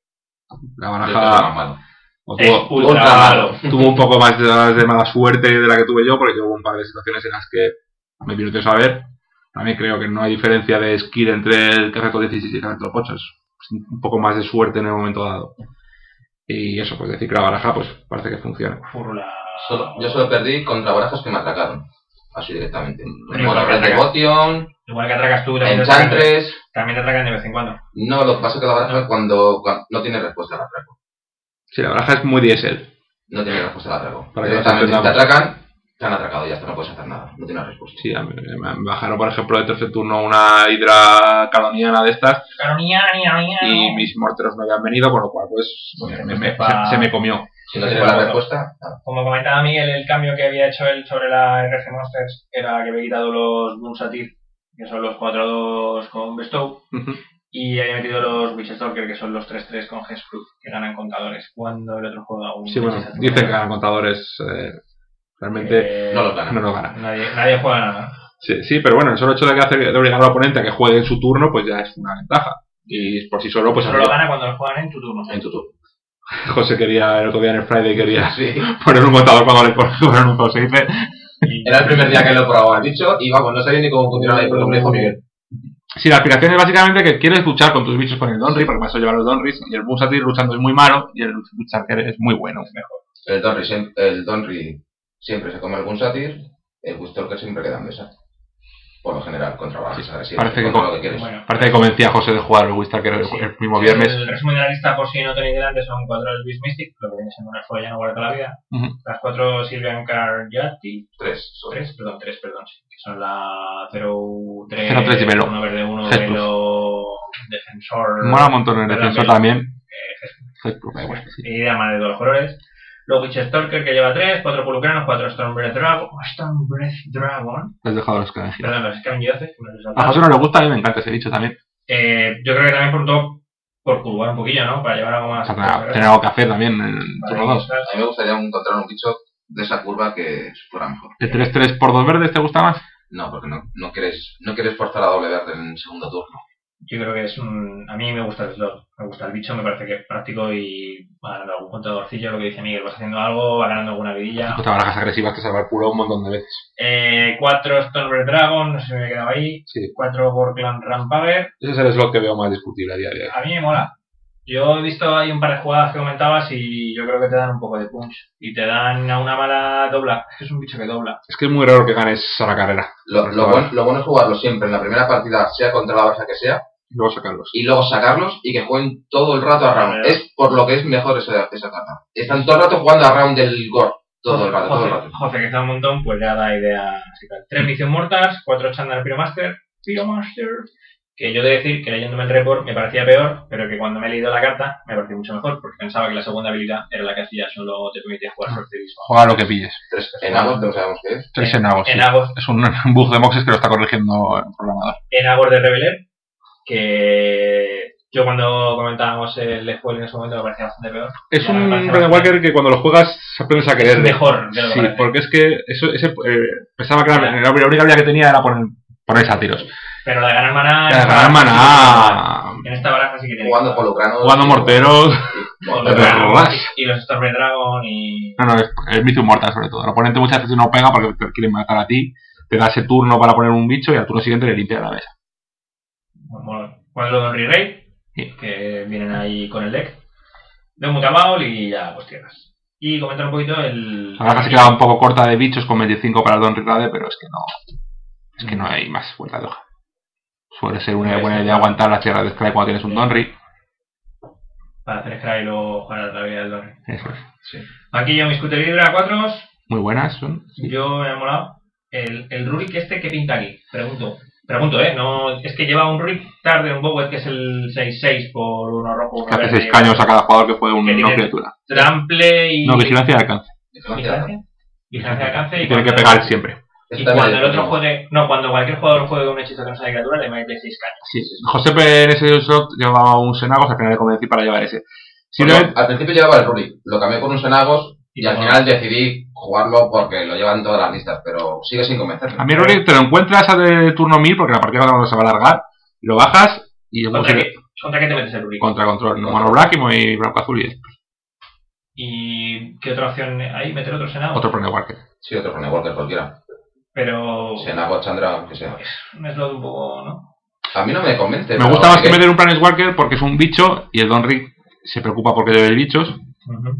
S2: la
S3: Yo creo que es más
S2: baraja
S3: malo.
S2: o
S1: Es
S2: tuvo-
S1: ultra
S3: ultra
S1: malo.
S2: tuvo un poco más de, de mala suerte de la que tuve yo, porque yo hubo un par de situaciones en las que me vino a saber. También creo que no hay diferencia de skill entre el carreto 16 y el carreto 8. Es un poco más de suerte en el momento dado. Y eso, pues decir que la baraja, pues parece que funciona.
S1: Furula.
S3: Solo- yo solo perdí contra barajas que me atracaron. Así directamente.
S1: Pero
S3: Bueno,
S1: igual que
S3: Red
S1: atracan.
S3: Devotion,
S1: Igual que atracas tú, también te atracan,
S3: Enchantress.
S1: también te atracan de vez en cuando.
S3: No, lo que pasa es que la baraja cuando, cuando no tiene respuesta al atraco.
S2: Sí, la baraja es muy diésel.
S3: No tiene respuesta al atraco.
S2: Para que nos
S3: Directamente, si te
S2: entendamos.
S3: atracan, te han atracado, ya está, no puedes hacer nada. No tiene respuesta.
S2: Sí, a mí- me me bajaron, por ejemplo, de tercer turno una hidra caloniana de estas
S1: Claro, ña, ña, ña.
S2: y mis morteros no habían venido, con lo cual, pues,
S1: Bueno,
S2: me-
S1: pues
S2: me-
S1: está-
S2: se, se me comió.
S3: Si no
S1: Sí,
S3: tiene la
S1: bueno.
S3: respuesta, nada.
S1: Como comentaba Miguel, el cambio que había hecho él sobre la RC Monsters era que había quitado los Bunsatir, que son los 4-2 con Bestow,
S2: Ujú.
S1: y había metido los Witchstalker, que son los 3-3 con Hexproof, que ganan contadores. Cuando el otro juego da un
S2: Sí, bueno,
S1: Witchstalker.
S2: dicen que ganan contadores, eh, realmente
S1: Eh,
S3: no los ganan.
S2: no lo ganan.
S1: Nadie, nadie juega nada.
S2: Sí, sí, pero bueno, el solo hecho de, que hacer, de obligar al oponente a que juegue en su turno, pues ya es una ventaja. Y por sí solo, pues
S1: Solo lo gana cuando lo juegan en tu turno.
S3: en tu turno.
S2: José quería, el otro día en el Friday quería
S3: Sí.
S2: poner un contador cuando le ponen un se dice.
S1: Y-
S3: Era el primer día que lo probaba el bicho y vamos, no sabía ni cómo funcionaba ahí, por ejemplo, dijo Miguel.
S2: Sí, la aspiración es básicamente que quieres luchar con tus bichos con el Donry, porque me eso llevar los Donrys, y el Busatir luchando es muy malo, y el Bucharker es muy bueno.
S3: El Donry, siem- el Donry siempre se come algún satir, el Bustalker siempre queda en mesa. Por lo general, contra bajas agresivas.
S2: parece que
S3: contra
S2: con-
S3: lo que quieres.
S1: bueno,
S2: Aparte que convencí a José de jugar el Bucharker el, el mismo viernes.
S1: El resumen de la lista, por si no tenéis delante, son cuatro del Beast Mystic, lo que viene siendo una sola ya no guarda toda la vida.
S2: Ujú.
S1: Las cuatro Silvian Carjati,
S3: Tres.
S1: o tres, perdón, tres, perdón, sí, que son la 03,
S2: 03 y Velo.
S1: 1 verde 1,
S2: Jesús.
S1: Velo, Defensor,
S2: Mola un montón en el
S1: Pero
S2: defensor
S1: también-
S2: también.
S1: eh,
S2: Bueno, bueno, sí.
S1: y dama de todos los colores. Luego Witchstalker, que lleva tres, cuatro Pulucranos, cuatro Stormbreath Dragon, Stormbreath Dragon,
S2: Te has dejado los que
S1: perdón, los Scavengeoces, que me los he
S2: A
S1: saltado.
S2: José no le gusta, a mí me encanta ese bicho también.
S1: Eh, yo creo que también por todo, por curvar un poquillo, ¿no? Para llevar algo más.
S2: Ah, Para tener algo que hacer también eh, en
S1: Para
S2: turno 2.
S1: buscar.
S3: A mí me gustaría encontrar un bicho de esa curva que fuera mejor.
S2: ¿El 3-3 por 2 verdes te gusta más?
S3: No, porque no, no quieres no quieres forzar a doble verde en el segundo turno.
S1: Yo creo que es un. A mí me gusta el slot, me gusta el bicho, me parece que es práctico y va ganando algún contadorcillo, lo que dice Miguel, vas haciendo algo, va ganando alguna vidilla.
S2: Pues Te barajas agresivas que salvar puro un montón de veces.
S1: Eh, cuatro Stormberg Dragon, no sé si me he quedado ahí.
S2: Sí.
S1: Cuatro Borgland Rampager.
S2: Ese es el slot que veo más discutible a día de hoy.
S1: A mí me mola. Yo he visto ahí un par de jugadas que comentabas y yo creo que te dan un poco de punch. Y te dan a una mala dobla. Es un bicho que dobla.
S2: Es que es muy raro que ganes a la carrera.
S3: Lo,
S2: Por
S3: lo,
S2: favor.
S3: bueno, lo bueno es jugarlo siempre en la primera partida, sea contra la baja que sea,
S2: Y luego sacarlos.
S3: y luego sacarlos y que jueguen todo el rato a round.
S1: Vale.
S3: Es por lo que es mejor esa, esa carta. Están todo el rato jugando a round del gore. Todo el rato, todo el rato.
S1: José, que está un montón, pues ya da idea. así tal. Tres Mission Mortars, cuatro Chandler Pyromaster. Pyromaster. Que yo he de decir que leyéndome el report me parecía peor, pero que cuando me he leído la carta me pareció mucho mejor, porque pensaba que la segunda habilidad era la que hacía, solo te permitía jugar suerte visual.
S2: Juega lo que pilles.
S3: Tres enagos, no sabemos qué es.
S1: Eh,
S2: Tres enagos. Oh, sí.
S1: Enagos
S2: Es un bug de Moxes que lo está corrigiendo el programador.
S1: Enagor de Reveler, que yo cuando comentábamos el spoiler en ese momento me parecía bastante peor.
S2: Es
S1: Ya, me
S2: un
S1: parece
S2: Red
S1: bastante-
S2: Walker que cuando lo juegas aprendes
S1: Es
S2: a quererle.
S1: mejor de lo que
S2: Sí,
S1: parece.
S2: porque es que eso, ese, eh, pensaba que la, la única habilidad que tenía era poner, ponerse a tiros.
S1: Pero la de ganar maná...
S2: La de ganar maná,
S1: En esta baraja sí que tiene.
S3: Jugando polucranos.
S2: jugando morteros.
S1: Con los
S2: Pero
S1: Dragon
S2: robas.
S1: Y los Storm Dragon y...
S2: No, no, es, es Mythium Mortal sobre todo. El oponente muchas veces no pega porque te quieren matar a ti. Te da ese turno para poner un bicho y al turno siguiente le limpia la mesa.
S1: Bueno, cuadro Don Rirey,
S2: Sí.
S1: que vienen ahí con el deck. De un Mutamaul y ya, pues tierras. Y comentar un poquito el...
S2: La verdad Ah, que se queda un poco corta de bichos con 25 para el Don Ricade, pero es que no, es que no hay más vuelta de hoja. Suele ser una buena idea aguantar las tierras de Sky cuando tienes un Donry.
S1: Para hacer Scry y luego jugar a través del Don
S2: Eso es.
S1: Aquí yo mi Scooter Hydra 4
S2: Muy buenas son. Sí.
S1: Yo me ha molado. El, el Rurik este que pinta aquí, pregunto. Pregunto, ¿eh? No, es que lleva un Rurik tarde, un Bowet, que es el 6-6 por uno rojo.
S2: Que
S1: uno
S2: hace
S1: verde,
S2: 6 caños a cada jugador que fue
S1: Que
S2: una
S1: tiene-
S2: criatura.
S1: Trample y...
S2: No, vigilancia de alcance.
S3: Vigilancia.
S1: Vigilancia. Vigilancia de alcance.
S2: Y tiene que
S1: cuando-
S2: pegar siempre.
S1: Y
S3: Esta
S1: cuando el
S3: vez-
S1: otro juegue... No, cuando cualquier jugador juegue un hechizo que no sea de criatura, le mete 6 caños.
S2: Sí. José P. en ese slot llevaba un Senagos, al final le convencí para llevar ese. Simplemente,
S3: Al principio llevaba el Rurik, lo cambié por un Senagos y al final decidí jugarlo porque lo llevan todas las listas, pero sigue sin convencerme.
S2: a mí Rory te lo encuentras a de turno 1000 porque la partida cuando se va a alargar, lo bajas y luego
S1: ¿Contra,
S2: sigue-
S1: qué, ¿Contra qué te metes el Rurik?
S2: contra control. Mono black y muy blanco azul y es
S1: ¿Y qué otra opción hay? ¿Meter otro Senado?
S2: otro Prone Walker.
S3: Sí, otro Ronnie Walker cualquiera.
S1: Pero...
S3: Senagos, Chandra, que sea.
S1: Un slot un poco, ¿no?
S3: A mí no me convence.
S2: Me
S3: pero
S2: gusta más que
S3: porque-
S2: meter un Planeswalker porque es un bicho y el Donrick se preocupa porque debe bichos.
S1: Ujú.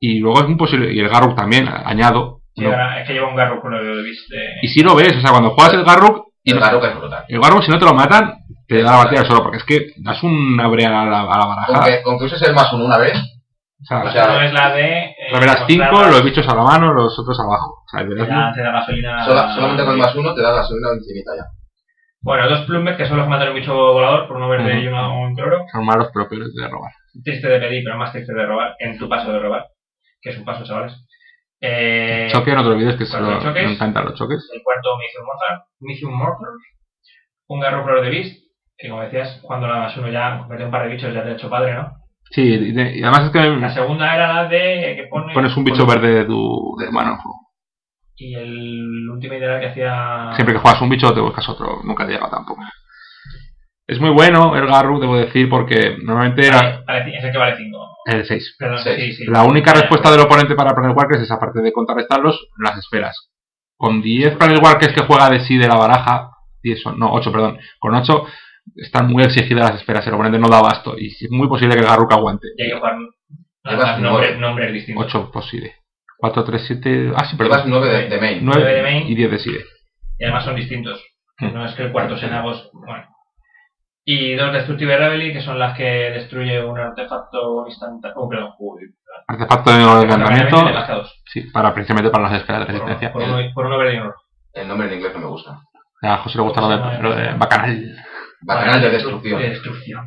S2: Y luego es muy posible, y el Garruk también, a- añado,
S1: Sí, ahora es que lleva un garrúculo de bis de...
S2: Y si lo ves, o sea, cuando juegas el Garruk, y
S3: El
S2: no-
S3: Garruk es brutal.
S2: el Garruk si no te lo matan, te da la batida solo, porque es que das una brea a la, a la
S3: Con
S2: baraja.
S3: que, con que uses el más uno una vez,
S2: O sea,
S3: o sea,
S1: No es la de... eh,
S2: revelas 5,
S1: encontrarlas,
S2: los bichos a la mano, los otros abajo. O sea, le das
S1: ya Te da gasolina...
S3: sola- solamente con el más uno te da gasolina infinita ya.
S1: Bueno, dos plumes que son los que matan un bicho volador por uno verde
S2: Ujú.
S1: y uno un toro.
S2: un- son malos propios de robar.
S1: Triste de pedir, pero más triste de robar. En tu paso de robar. Que es un paso, chavales. Eh,
S2: Choque, no te olvides que
S1: cuando
S2: solo, me
S1: choques-
S2: encantan los choques.
S1: el cuarto Mythium Mortal, Mythium Mortal, un garroflor de Beast, que como decías, cuando la más uno ya mete un par de bichos ya te ha hecho padre, ¿no?
S2: Sí, y, de- y además es
S1: La
S2: que
S1: segunda era la de que pone,
S2: pones un bicho verde de tu, de tu mano.
S1: y el último ideal que hacía
S2: Siempre que juegas un bicho te buscas otro, nunca te llega tampoco. Es muy bueno el Garruk, debo decir, porque normalmente era
S1: Vale, vale, es el que vale 5.
S2: el 6.
S1: Perdón,
S3: Sí.
S1: sí, sí.
S2: La única respuesta
S1: pues.
S2: del oponente para Planeswalkers es, aparte de contrarrestarlos, las esferas. Con 10 Planeswalkers que juega de sí de la baraja, 10 son, no, 8, perdón, con 8 están muy exigidas las esferas, el oponente no da abasto y es muy posible que el Garruk aguante.
S1: Y hay que jugar nada
S3: Llevas
S1: más nombres,
S3: nueve.
S1: nombres distintos.
S2: 8 posible. 4, 3, 7, ah, sí,
S3: Llevas
S2: perdón.
S3: nueve de, de main.
S1: nueve de main.
S2: 9 y 10 de sí.
S1: Y además son distintos.
S2: Hmm.
S1: No es que el cuarto sea en agosto. Bueno. Y dos Destructive Rebelly, que son las que destruye un artefacto instantáneo. Oh, perdón. Uy,
S2: Artefacto de encantamiento,
S1: Normalmente le gasta dos.
S2: sí, para, precisamente para las esferas de
S1: Por
S2: resistencia.
S1: uno- Por uno, por uno verde y uno rojo.
S3: El nombre en inglés no me gusta.
S2: A José le gusta lo de, lo de Bacanal.
S3: Bacanal de destrucción.
S1: De destrucción.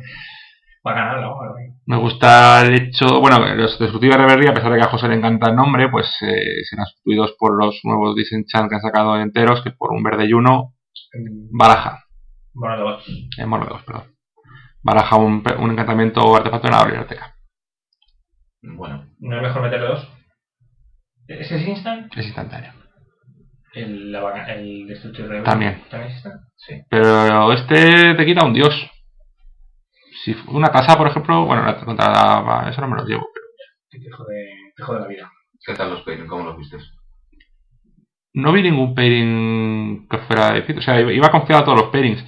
S1: Bacanal, ¿no? Bueno,
S2: Me gusta el hecho, bueno, los Destructiva Reverie, a pesar de que a José le encanta el nombre, pues eh, serán sustituidos por los nuevos Disenchant que han sacado enteros, que por un verde y uno,
S1: en-
S2: baraja,
S1: Bueno, de bots.
S2: eh, bueno, dos, perdón. Baraja un, pe- un encantamiento o artefacto en la biblioteca.
S3: Bueno,
S1: ¿No es mejor meterle dos? ¿Ese es instant?
S2: Es instantáneo.
S1: El, la baca- el Destructive Rebelly.
S2: También.
S1: ¿También es instant? Sí.
S2: Pero este te quita un dios. Si fu- una casa, por ejemplo, bueno, la- contra la- eso no me lo llevo.
S1: Que Te jode, te jode la vida.
S3: ¿qué tal los Peyton? ¿Cómo los viste?
S2: No vi ningún pairing que fuera de O sea, iba- iba confiado a todos los pairings.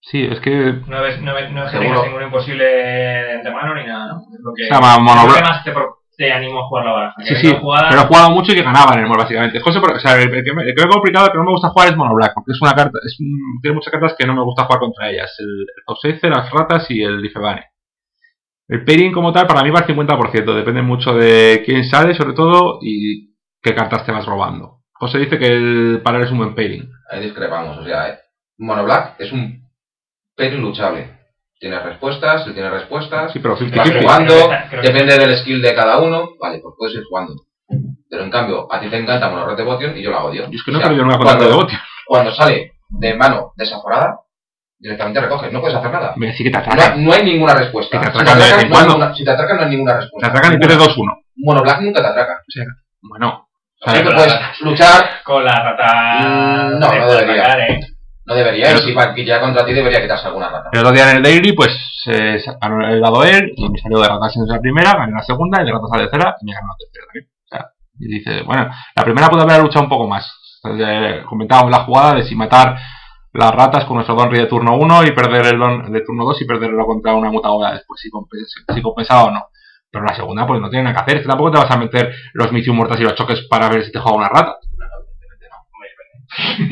S2: Sí, es que
S1: No ves, no ves, no es que
S3: Seguro.
S1: tengas ningún imposible de antemano ni nada. ¿no? Es Lo que,
S2: se llama
S1: es lo
S2: monobra-
S1: que más te, pro- te animo a jugar la baraja. Que
S3: Eh,
S2: Sí, sí,
S1: venga jugada-
S2: pero he jugado mucho y que ganaba en el mall, básicamente. José, por- o sea, el, el que me, el que me he complicado, el que no me gusta jugar es Mono Black, porque es una carta, es, un- tiene muchas cartas que no me gusta jugar contra ellas. El, el Obsece, las ratas y el Ifebane. El pairing como tal para mí va al 50%, depende mucho de quién sale, sobre todo, y qué cartas te vas robando. José dice que el parar es un buen pairing.
S3: Ahí discrepamos, o sea, eh. Mono Black es un Peyton luchable. Tiene respuestas, él tiene respuestas.
S2: Sí, pero
S3: Vas
S2: 50-50.
S3: jugando,
S1: Creo que está- creo que-
S3: depende del skill de cada uno. Vale, pues puedes ir jugando. Pero en cambio, a ti te encanta Monorred de Botion y yo la odio.
S2: Yo es que no
S3: O
S2: he
S3: sea,
S2: perdido nunca contra
S3: cuando,
S2: el Devotio.
S3: cuando sale de mano desaforada, directamente recoges, no puedes hacer nada.
S2: Hombre, Sí que te
S3: No,
S2: atacan.
S3: no hay ninguna respuesta.
S2: Que te
S3: si, te
S2: atracan de vez en
S3: atracan, no hay
S2: cuando.
S3: ninguna, si te atracan, no hay ninguna
S2: Te
S3: respuesta.
S2: atacan y pierdes 2-1.
S3: Mono Black nunca te atraca.
S2: Bueno,
S3: Siempre
S1: pero-
S3: puedes luchar,
S1: Con la rata.
S3: Mm, no,
S1: de
S3: no debería.
S1: atacar, ¿eh?
S3: no debería. Y
S2: Pero-
S3: si ya contra ti, debería quitarse alguna rata.
S2: El otro día en el daily, pues eh, sacaron el lado él y me salió de ratas en la primera, gané la segunda y de ratas a la tercera y me ganó la tercera también. O sea, y dice, bueno, la primera puede haber luchado un poco más. Entonces, eh, comentábamos la jugada de si matar las ratas con nuestro Donry de turno 1 y perder el Don de turno 2 y perderlo contra una mutadora después, si, compensa- si compensaba o no. Pero la segunda, pues no tiene nada que hacer. Es que tampoco te vas a meter los Mithium Mortas y los choques para ver si te juega una rata.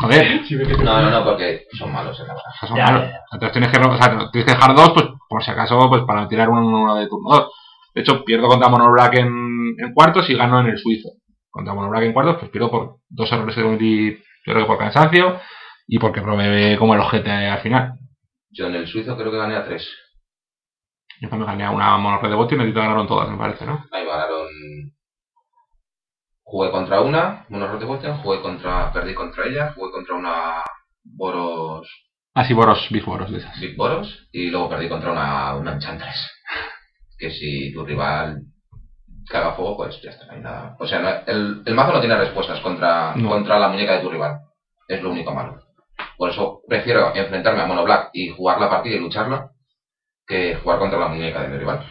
S2: Joder,
S3: No, no, no, porque son malos en la verdad.
S2: esas son
S1: Ya,
S2: malos.
S1: ya,
S2: O sea, te los tienes que, ro- o sea, te los tienes que dejar dos, pues por si acaso, pues para tirar uno, uno de turno dos. De hecho, pierdo contra Mono Black en, en cuartos y gano en el suizo. Contra Mono Black en cuartos, pues pierdo por dos errores que cometí, yo creo que por cansancio y porque probé como el ojete al final.
S3: Yo en el suizo creo que gané a tres.
S2: Yo me gané a una Mono Red de bote y me ganaron todas, me parece, ¿no?
S3: Ahí ganaron. Jugué contra una, Monorred de Botion, jugué contra. Perdí contra ella, jugué contra una Boros.
S2: Así Boros, Big Boros de esas.
S3: Big Boros, y luego perdí contra una, una Enchantress. Que si tu rival caga fuego, pues ya está, no hay nada. O sea, no- el, el mazo no tiene respuestas contra,
S2: No.
S3: contra la muñeca de tu rival. Es lo único malo. Por eso prefiero enfrentarme a Mono Black y jugar la partida y lucharla que jugar contra la muñeca de mi rival.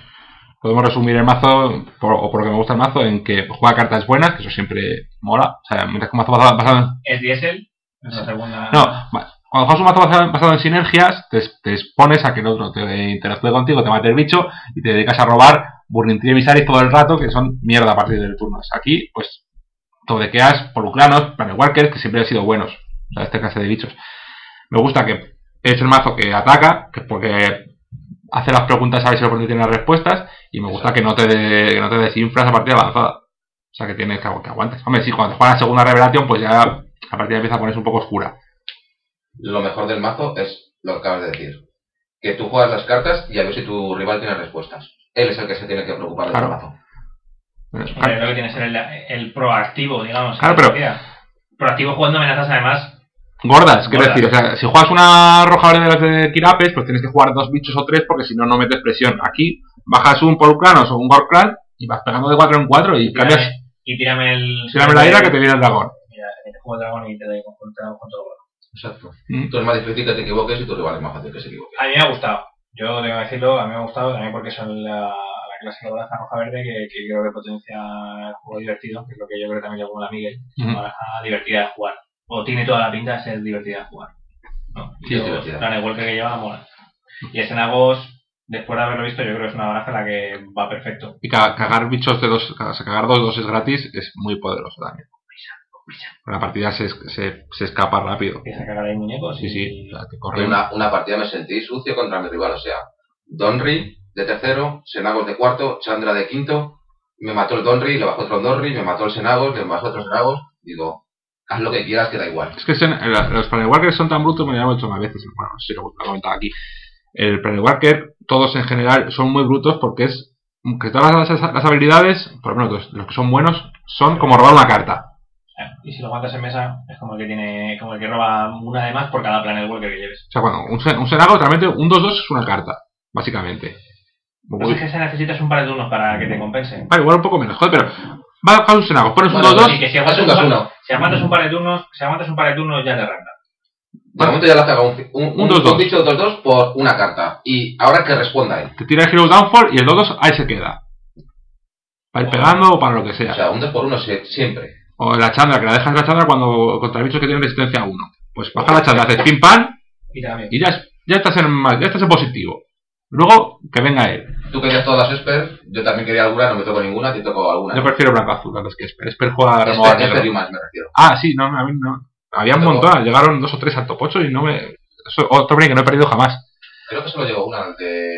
S2: podemos resumir el mazo, por- o por lo que me gusta el mazo, en que juega cartas buenas, que eso siempre mola. O sea, mientras que un mazo basado, basado en-
S1: Es diésel. Es la segunda.
S2: No, va- cuando juegas un mazo basado, basado en sinergias, te, te expones a que el otro te interactúe contigo, te mate el bicho y te dedicas a robar Burning Tree y Visaris todo el rato, que son mierda a partir del turno. Aquí, pues, Todekeas, Poluclanos, Planewalkers, que siempre han sido buenos. O sea, esta clase de bichos. Me gusta que es el mazo que ataca, que porque hace las preguntas a ver si el oponente tiene las respuestas, y me gusta que no te, de- que no te desinflas a partida avanzada. O sea, que tienes que, agu- que aguantes. Hombre, sí, cuando te juegas la segunda revelación, pues ya la partida empieza a ponerse un poco oscura.
S3: Lo mejor del mazo es lo que acabas de decir. Que tú juegas las cartas y a ver si tu rival tiene respuestas. Él es el que se tiene que preocupar del
S2: Claro.
S3: mazo.
S2: Bueno,
S1: Hombre, creo que tiene que ser el, el proactivo, digamos. en
S2: Ah.
S1: la
S2: Claro, pero-
S1: partida. Proactivo jugando amenazas, además.
S2: Gordas, quiero
S1: Gordas.
S2: decir, o sea, si juegas una roja verde de las de Kirapes, pues tienes que jugar dos bichos o tres porque si no, no metes presión. Aquí bajas un Polucranos o un Gorkran y vas pegando de cuatro en cuatro y cambias.
S1: Tírame- Y tírame el.
S2: Si la verdadera que te viene el dragón.
S1: Mira, que te juego el dragón y te doy con, con- con todo.
S3: Exacto.
S2: Mm.
S3: Tú es más difícil que te equivoques y tu rival es más fácil que se equivoque.
S1: A mí me ha gustado. Yo tengo que decirlo, a mí me ha gustado también porque son la, la clásica baraja roja-verde que, que creo que potencia el juego divertido, que es lo que yo creo que también le la Miguel. Una
S2: Ujú.
S1: baraja divertida de jugar. O tiene toda la pinta de ser divertida de jugar. ¿no?
S3: Sí, es divertida.
S1: La revuelta que lleva mola. Y Escenagos, después de haberlo visto, yo creo que es una baraja en la que va perfecto.
S2: Y ca- cagar bichos de dos, ca- o sea, cagar dos doses gratis es muy poderoso también. La partida se, es- se, se escapa rápido.
S1: Empieza a cagar ahí muñecos.
S2: Sí,
S1: y-
S2: sí, o sea, que corre.
S3: En una, una partida me sentí sucio contra mi rival, o sea, Donry de tercero, Senagos de cuarto, Chandra de quinto, me mató el Donry, le bajó otro Donry, me mató el Senagos, le bajó otro Senagos, digo, haz lo que quieras que da igual.
S2: Es que son- la- los Planewalkers son tan brutos, me lo he hecho más veces, bueno, no sé si lo he comentado aquí. El Planewalker, todos en general, son muy brutos porque es que todas las, las habilidades, por lo menos los, los que son buenos, son como robar una carta.
S1: Ah, Y si lo aguantas en mesa, es como el que tiene, como el que roba una de más por cada planet walker que lleves.
S2: O sea, cuando un, sen- un Senago, realmente, un 2-2 es una carta, básicamente. Como
S1: Entonces
S2: que-
S1: que se necesitas un par de turnos para que te compensen.
S2: Ah, igual un poco menos, joder, pero va a un Senago, pones un
S3: Bueno,
S2: 2-2,
S1: Y que si
S3: Es
S1: aguantas
S3: un
S1: un,
S3: dos
S1: par,
S3: uno.
S1: si aguantas un par de turnos, si aguantas un par de turnos ya te arranca.
S3: De momento ya le has cagado un, un,
S2: Un dos, dos.
S3: bicho 2-2 por una carta. Y ahora que responda él.
S2: te tira el Hero Downfall y el 2-2 ahí se queda. Para ir pegando o para lo que
S3: O
S2: sea.
S3: sea, un 2 por 1 siempre.
S2: O la chandra, que la dejas la chandra cuando contra bichos que tienen resistencia a 1. Pues baja la chandra, haces pim pam
S1: Y también.
S2: y ya, es- ya, estás en, mal- ya estás en positivo. Luego, que venga él.
S3: Tú querías todas las Esper, yo también quería alguna, no me tocó ninguna, te tocó alguna. Este
S2: Yo prefiero blanco azul antes que Esper. Esper juega a
S3: Esper-
S2: remover
S3: Esper y
S2: negro.
S3: más, me refiero.
S2: Ah, sí, no, a mí no. Había un
S3: Pero-
S2: montón, llegaron dos o tres al top 8 y no me. Eso, otro break que no he perdido jamás.
S3: Creo que solo llegó una de...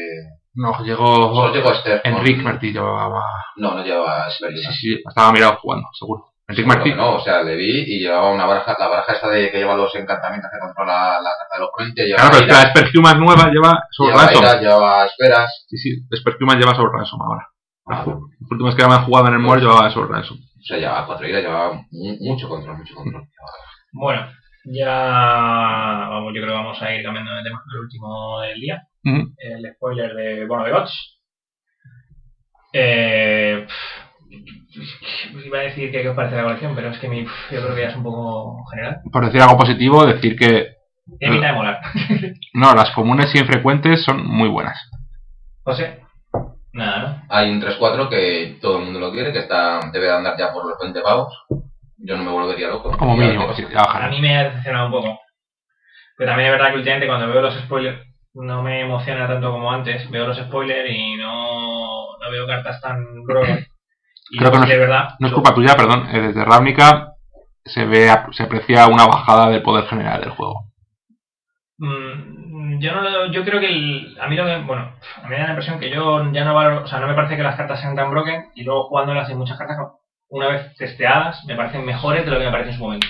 S2: No, llegó.
S3: Solo llegó Esper. ¿no?
S2: Enrique Martí llevaba.
S3: No, no llevaba Esper.
S2: Sí, sí, estaba mirado jugando, seguro. Enrique
S3: Seguro
S2: Martí.
S3: que No, o sea, le vi y llevaba una baraja, la baraja esa de que lleva los encantamientos que controla la carta del oponente, llevaba,
S2: Claro, pero es que
S3: ira,
S2: la Esper Human nueva lleva sobre
S3: llevaba,
S2: Ransom.
S3: ira, llevaba esferas.
S2: Sí, sí, Esper Human lleva sobre Ransom ahora.
S3: Ah, o
S2: Las últimas que habían jugado en el Mall llevaba sobre Ransom.
S3: sea, llevaba cuatro iras, llevaba mu- mucho control, mucho control.
S1: Bueno, ya vamos, yo creo que vamos a ir cambiando de tema el último del día.
S2: Ujú.
S1: El spoiler de Bono de Gods. Eh, pff, iba a decir que qué os parece la colección, pero es que mi, pff, yo creo que ya es un poco general.
S2: Por decir algo positivo, decir que
S1: Evita de molar.
S2: no, las comunes y infrecuentes son muy buenas.
S1: José, nada, ¿no?
S3: Hay un 3-4 que todo el mundo lo quiere, que está debe de andar ya por los 20 pavos. Yo no me volvería loco.
S2: Como
S3: Ya
S2: mínimo,
S3: lo
S2: sí,
S3: tengo.
S2: ya
S1: A
S2: bajarán.
S1: mí me ha decepcionado un poco. Pero también es verdad que últimamente cuando veo los spoilers no me emociona tanto como antes. Veo los spoilers y no, no veo cartas tan groves. Y
S2: Creo que no
S1: sí,
S2: es-
S1: de verdad.
S2: No es culpa tuya, perdón. eh, Desde Ravnica se ve se aprecia una bajada del poder general del juego.
S1: Mm, yo no lo- yo creo que el- a mí lo que, bueno, a mí me da la impresión que yo ya no valoro, o sea, no me parece que las cartas sean tan broken y luego jugándolas hay muchas cartas que una vez testeadas me parecen mejores de lo que me parecen en su momento.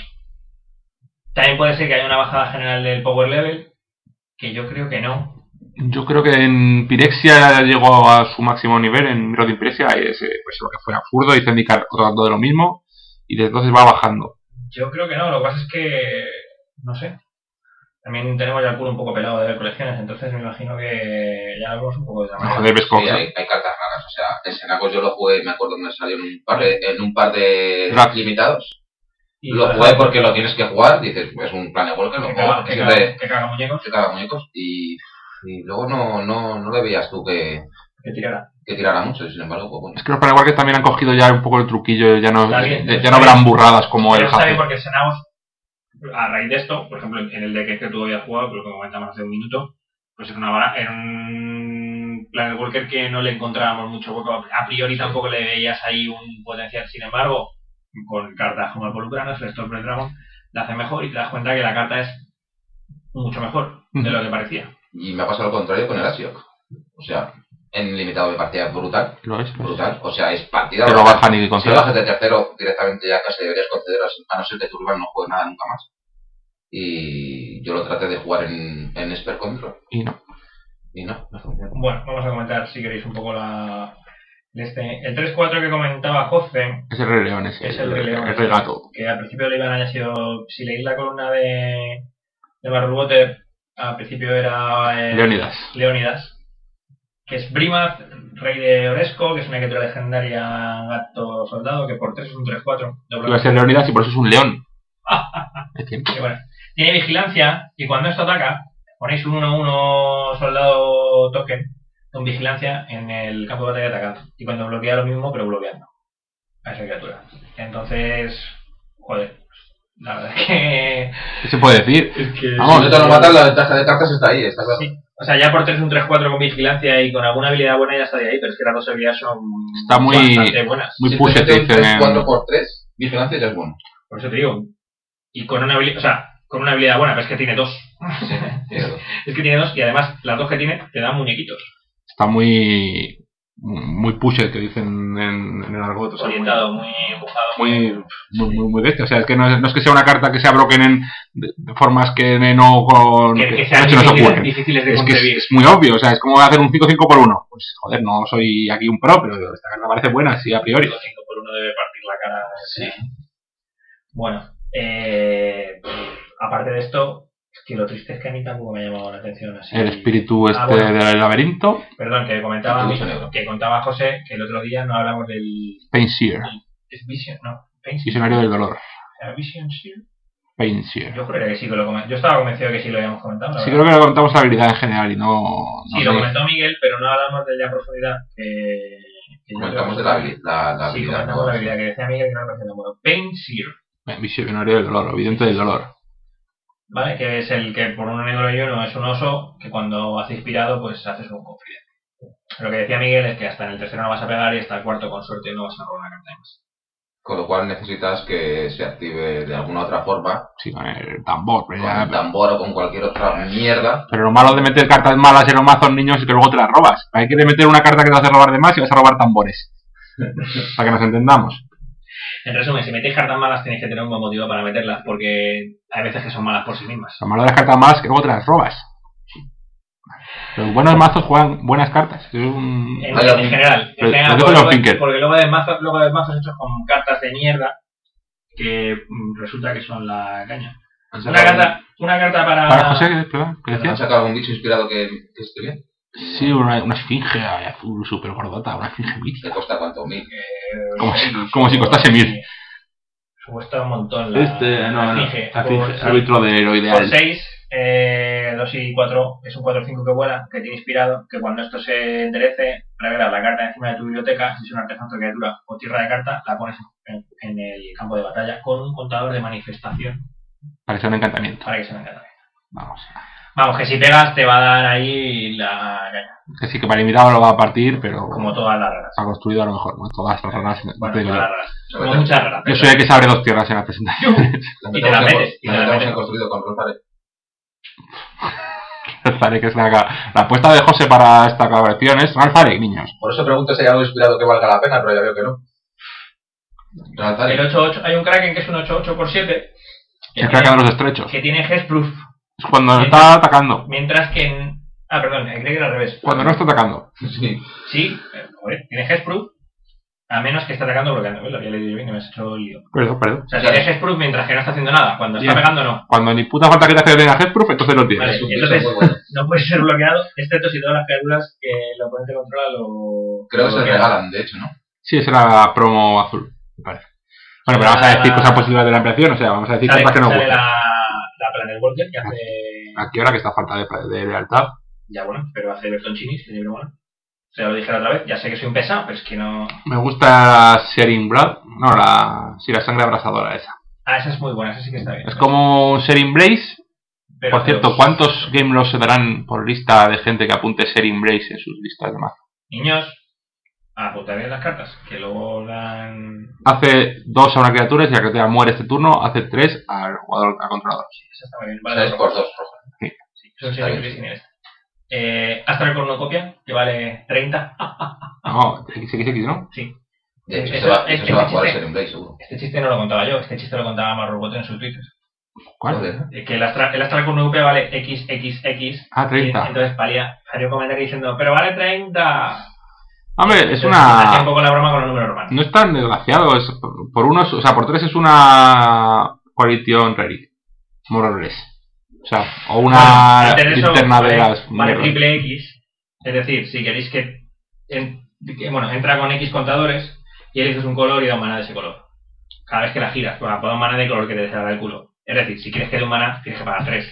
S1: También puede ser que haya una bajada general del power level, que yo creo que no,
S2: Yo creo que en Pirexia llegó a su máximo nivel, en Miro de Pirexia, y ese, pues, lo que fue absurdo, y Zendikar otro tanto de lo mismo, y desde entonces va bajando.
S1: Yo creo que no, lo que pasa es que. No sé. También tenemos ya el culo un poco pelado de ver colecciones, entonces me imagino que ya hablamos un poco de la
S2: No,
S1: manera.
S2: Joder, ves
S3: Sí,
S2: cómo-
S3: hay, hay cartas raras, o sea, el Senacos yo lo jugué, me acuerdo que me salió en un par de, en un par de
S2: Rack.
S3: limitados.
S1: Y
S3: lo
S1: para-
S3: jugué porque lo tienes que jugar, dices, es un plan igual que lo
S1: Que
S3: juego,
S1: caga,
S3: porque
S1: que
S3: siempre,
S1: caga- que caga muñecos,
S3: se caga muñecos y, y luego no, no, no le veías tú que,
S1: que tirara.
S3: que tirara mucho, y sin embargo, pues bueno.
S2: Es que los Paraguayos también han cogido ya un poco el truquillo, ya no,
S1: Está bien,
S2: ya,
S1: está
S2: no
S1: bien.
S2: habrán burradas como el
S1: Pero sabe
S2: Jace.
S1: porque el Senaos, a raíz de esto, por ejemplo, en el de que, este tú habías jugado, creo que comentamos hace un minuto, pues era, una, vara- era un Planet Walker que no le encontrábamos mucho hueco. A priori tampoco le veías ahí un potencial, sin embargo. con cartas como el Volucranos, el Stormblade Dragon, la hace mejor y te das cuenta que la carta es mucho mejor de lo que parecía.
S3: Y me ha pasado lo contrario con el Asiok. O sea, en limitado de partida es brutal.
S2: Lo es. lo es.
S3: Brutal. O sea, es partida.
S2: Te lo
S3: brutal.
S2: bajan y
S3: Si
S2: concedes.
S3: bajas de tercero, directamente ya casi deberías conceder a no ser que tu rival no juegue nada nunca más. Y yo lo traté de jugar en, en Esper Control.
S2: Y no.
S3: Y no, no funcionó.
S1: Bueno, vamos a comentar si queréis un poco la... Este, el 3-4 que comentaba José,
S2: Es el Rey León ese.
S1: Es el Rey León.
S2: El Rey Gato.
S1: que al principio le iban a sido, si leéis la columna de, de Barry Water, al principio era eh,
S2: Leónidas.
S1: Leónidas, que es Brimath, rey de Oresco, que es una criatura legendaria gato soldado, que por 3 es un 3-4. doble
S2: Iba a ser Leónidas y por eso es un león. Es que-
S1: Y bueno, tiene vigilancia y cuando esto ataca, ponéis un 1-1 soldado token con vigilancia en el campo de batalla atacando. Y cuando bloquea lo mismo, pero bloqueando a esa criatura. Entonces, joder, la verdad es que.
S2: ¿Qué se puede decir?
S1: es que-
S2: Vamos,
S3: si no te lo matan, la ventaja de cartas está ahí, está claro.
S1: Sí. O sea, ya por 3 un 3-4 con vigilancia y con alguna habilidad buena ya estaría ahí, pero es que las dos habilidades son
S2: Está muy-
S1: bastante buenas.
S2: Muy
S3: Si
S2: pusher,
S3: te
S2: te
S3: meten
S2: dicen. en-
S3: 4 por 3 vigilancia ya es bueno.
S1: Por eso te digo. Y con una habilidad, o sea, con una habilidad buena, pero es que tiene dos.
S3: Tiene dos.
S1: Es que tiene dos y además las dos que tiene te dan muñequitos.
S2: Está muy. Muy pusher, que dicen en, en el argot. o sea, muy-
S1: orientado, muy empujado.
S2: muy, muy, muy, muy bestia. O sea, es que no es, no es que sea una carta que sea broken en de, de formas que de no con.
S1: que, que
S2: de
S1: sean
S2: hecho no se
S1: difíciles,
S2: ocurren.
S1: difíciles de
S2: Es que es,
S1: concebir.
S2: es muy obvio, o sea, es como hacer un 5-5 por 1. Pues joder, no soy aquí un pro, pero esta carta parece buena, sí, a priori.
S1: Cinco por uno debe partir la cara. Bueno, eh, aparte de esto, es que lo triste es que a mí tampoco me ha llamado la atención así.
S2: El espíritu este
S1: Ah, bueno.
S2: del laberinto,
S1: Perdón, que comentaba,
S3: El Tributo Negro.
S1: que contaba José que el otro día no hablamos del
S2: Painseer,
S1: es Vision, no. Pain-
S2: visionario del dolor.
S1: ¿era Vision Shield?
S2: Painseer.
S1: Yo juraría que sí que lo comen- Yo estaba convencido que sí lo habíamos comentado. la
S2: Sí,
S1: verdad.
S2: creo que le contamos la habilidad en general y no. no
S1: Sí, lo
S2: sé.
S1: comentó Miguel, pero no hablamos de la profundidad. Que, que yo
S3: Comentamos de
S1: creo
S3: la,
S1: que-
S3: habili- la, la
S1: sí,
S3: habilidad.
S1: comentamos la habilidad que decía Miguel que no me parecía tan bueno. Pain Seer.
S2: Visionario del dolor, evidente del dolor.
S1: ¿Vale? Que es el que por un negro y uno es un oso que cuando hace inspirado pues haces un confidente. Lo que decía Miguel es que hasta en el tercero no vas a pegar y hasta el cuarto con suerte no vas a robar una carta de más.
S3: Con lo cual necesitas que se active de alguna otra forma,
S2: Sí, con el tambor. Pero,
S3: con
S2: ya-
S3: un
S1: pues.
S3: tambor o con cualquier otra mierda.
S2: pero lo malo de meter cartas malas en los mazos niños es que luego te las robas. Hay que meter una carta que te hace robar de más y vas a robar tambores. Para que nos entendamos.
S1: En resumen, si metéis cartas malas tenéis que tener un buen motivo para meterlas porque hay veces que son malas por sí mismas.
S2: Lo malo de las cartas malas es que luego te las robas. Los buenos mazos juegan buenas cartas. Es un-
S1: En,
S3: Hay
S1: en
S3: algún-
S1: general, en
S2: Pero-
S1: general, porque,
S2: pero Pues, con los
S1: luego,
S2: Pinker.
S1: porque luego hay mazos, luego hay mazos hechos con cartas de mierda que mm, resulta que son la caña.
S3: Han
S1: Una
S3: sacado,
S1: carta, una carta para...
S2: Pues, eh, Para José, ¿qué- perdón, ¿qué
S3: han
S2: decías?
S3: sacado algún bicho inspirado que, que esté bien.
S2: Sí, una, una esfinge ay, azul súper gordota, una esfinge mítica.
S3: ¿Te cuesta cuánto? ¿Mil?
S1: eh,
S2: Como si- como si costase mil.
S1: Se Pues cuesta un montón la,
S2: Este,
S1: la finge. Por-
S2: de lo
S1: Por 6, 2 y 4, es un 4-5 que vuela, que tiene inspirado, que cuando esto se enderece, revela la carta encima de tu biblioteca, si es un artefacto, criatura o tierra de carta, la pones en, en el campo de batalla con un contador de manifestación
S2: Parece un encantamiento.
S1: para que se venga también.
S2: Vamos.
S1: Vamos, que si pegas te va a dar ahí la caña,
S2: Que sí, que para invitado lo va a partir, pero
S1: como todas las raras.
S2: ha construido a lo mejor. ¿no? Todas las ranas.
S1: Bueno,
S2: te digo
S1: todas
S2: yo.
S1: las raras. Como muchas raras.
S2: yo
S1: pero-
S2: soy el que se abre dos tierras en la presentación.
S3: Las
S1: Y te la
S3: metemos en-
S1: metes, y te
S3: las
S1: la
S3: metemos
S1: metes.
S3: en construido con Rosare.
S2: Alfarec, que es la, la apuesta de José para esta colaboración es Alfarec, niños.
S3: Por eso pregunto si hay algo inspirado que valga la pena, pero ya veo que no. Rosare.
S1: El 8-8, hay un Kraken que es un 8-8 por 7
S2: El crack de los estrechos.
S1: que tiene Hexproof,
S2: Es cuando no está atacando.
S1: mientras que en... Ah, perdón, creí que era al revés.
S2: Cuando no está atacando.
S3: Sí.
S1: Sí, eh, joder, tiene Hexproof, a menos que esté atacando bloqueando. Uy, Lo había leído yo bien y me has hecho lío.
S2: Perdón, perdón.
S1: O sea, tiene Hexproof mientras que no está haciendo nada. Cuando está
S2: Bien.
S1: pegando, no.
S2: Cuando ni puta falta que te hace que tenga headproof, entonces lo tienes.
S1: Vale,
S3: Es un bicho
S1: entonces-
S3: muy bueno.
S1: No puede ser bloqueado, excepto si todas las criaturas que el oponente controla lo.
S3: Creo que
S1: lo
S3: se
S1: bloquean.
S3: regalan, de hecho, ¿no?
S2: Sí, esa era la promo azul, me parece. Bueno, pero vamos a decir cosas positivas de la ampliación, o sea, vamos a decir
S1: Sale,
S2: cosas que nos
S1: sale
S2: gustan.
S1: la, la Planet Walker que hace.
S2: Aquí ahora que está falta de, de lealtad.
S1: Ya bueno, pero hace Bertonchinis, que libro bueno. Se lo dije la otra vez, ya sé que soy un pesado, pero es que no.
S2: Me gusta Sharing Blood. No, la. Sí, la sangre abrasadora esa.
S1: Ah, esa es muy buena, esa sí que está bien.
S2: Es como Sharing Blaze.
S1: Pero-
S2: Por cierto, ¿cuántos game loss se darán por lista de gente que apunte Sharing Blaze en sus listas de mazo?
S1: Niños, a apuntar bien las cartas, que luego dan...
S2: Hace dos a una criatura y si la criatura muere este turno, hace tres al jugador, al controlador.
S1: Sí, eso está muy bien. Vale,
S3: Tres por dos rojas.
S1: Sí, son
S3: Está
S1: seis
S3: bien.
S1: siniestras. Eh, Astral Cornucopia, que vale 30.
S2: No, XX, ¿no?
S3: De hecho,
S1: Eso-
S3: se va, eso se
S1: este
S3: va a jugar
S1: chiste.
S3: en un play seguro.
S1: Este chiste no lo contaba yo, este chiste lo contaba Marrobot en su Twitter.
S2: ¿Cuál?
S3: Joder.
S1: Eh, Que el Astral, el Astral Cornucopia vale XXX.
S2: Ah,
S1: Y
S2: 30.
S1: entonces Palía salió un comentario diciendo, pero vale 30.
S2: Hombre, es
S1: Hacía un
S2: una.
S1: poco la broma con los números romanos.
S2: No es tan desgraciado. Es, por uno, es- o sea, por tres es una. Coalición Rary. Morales. O sea, o
S3: Ah,
S2: una
S1: Antes de eso,
S2: linterna
S1: vale-
S2: de las.
S1: Vale
S2: mierdas.
S1: triple X. Es decir, si queréis que, en- que, bueno, entra con X contadores y eliges un color y da un maná de ese color. Cada vez que la giras, pues da un maná de color que te salga el culo. Es decir, si quieres que dé un maná, tienes que pagar 3.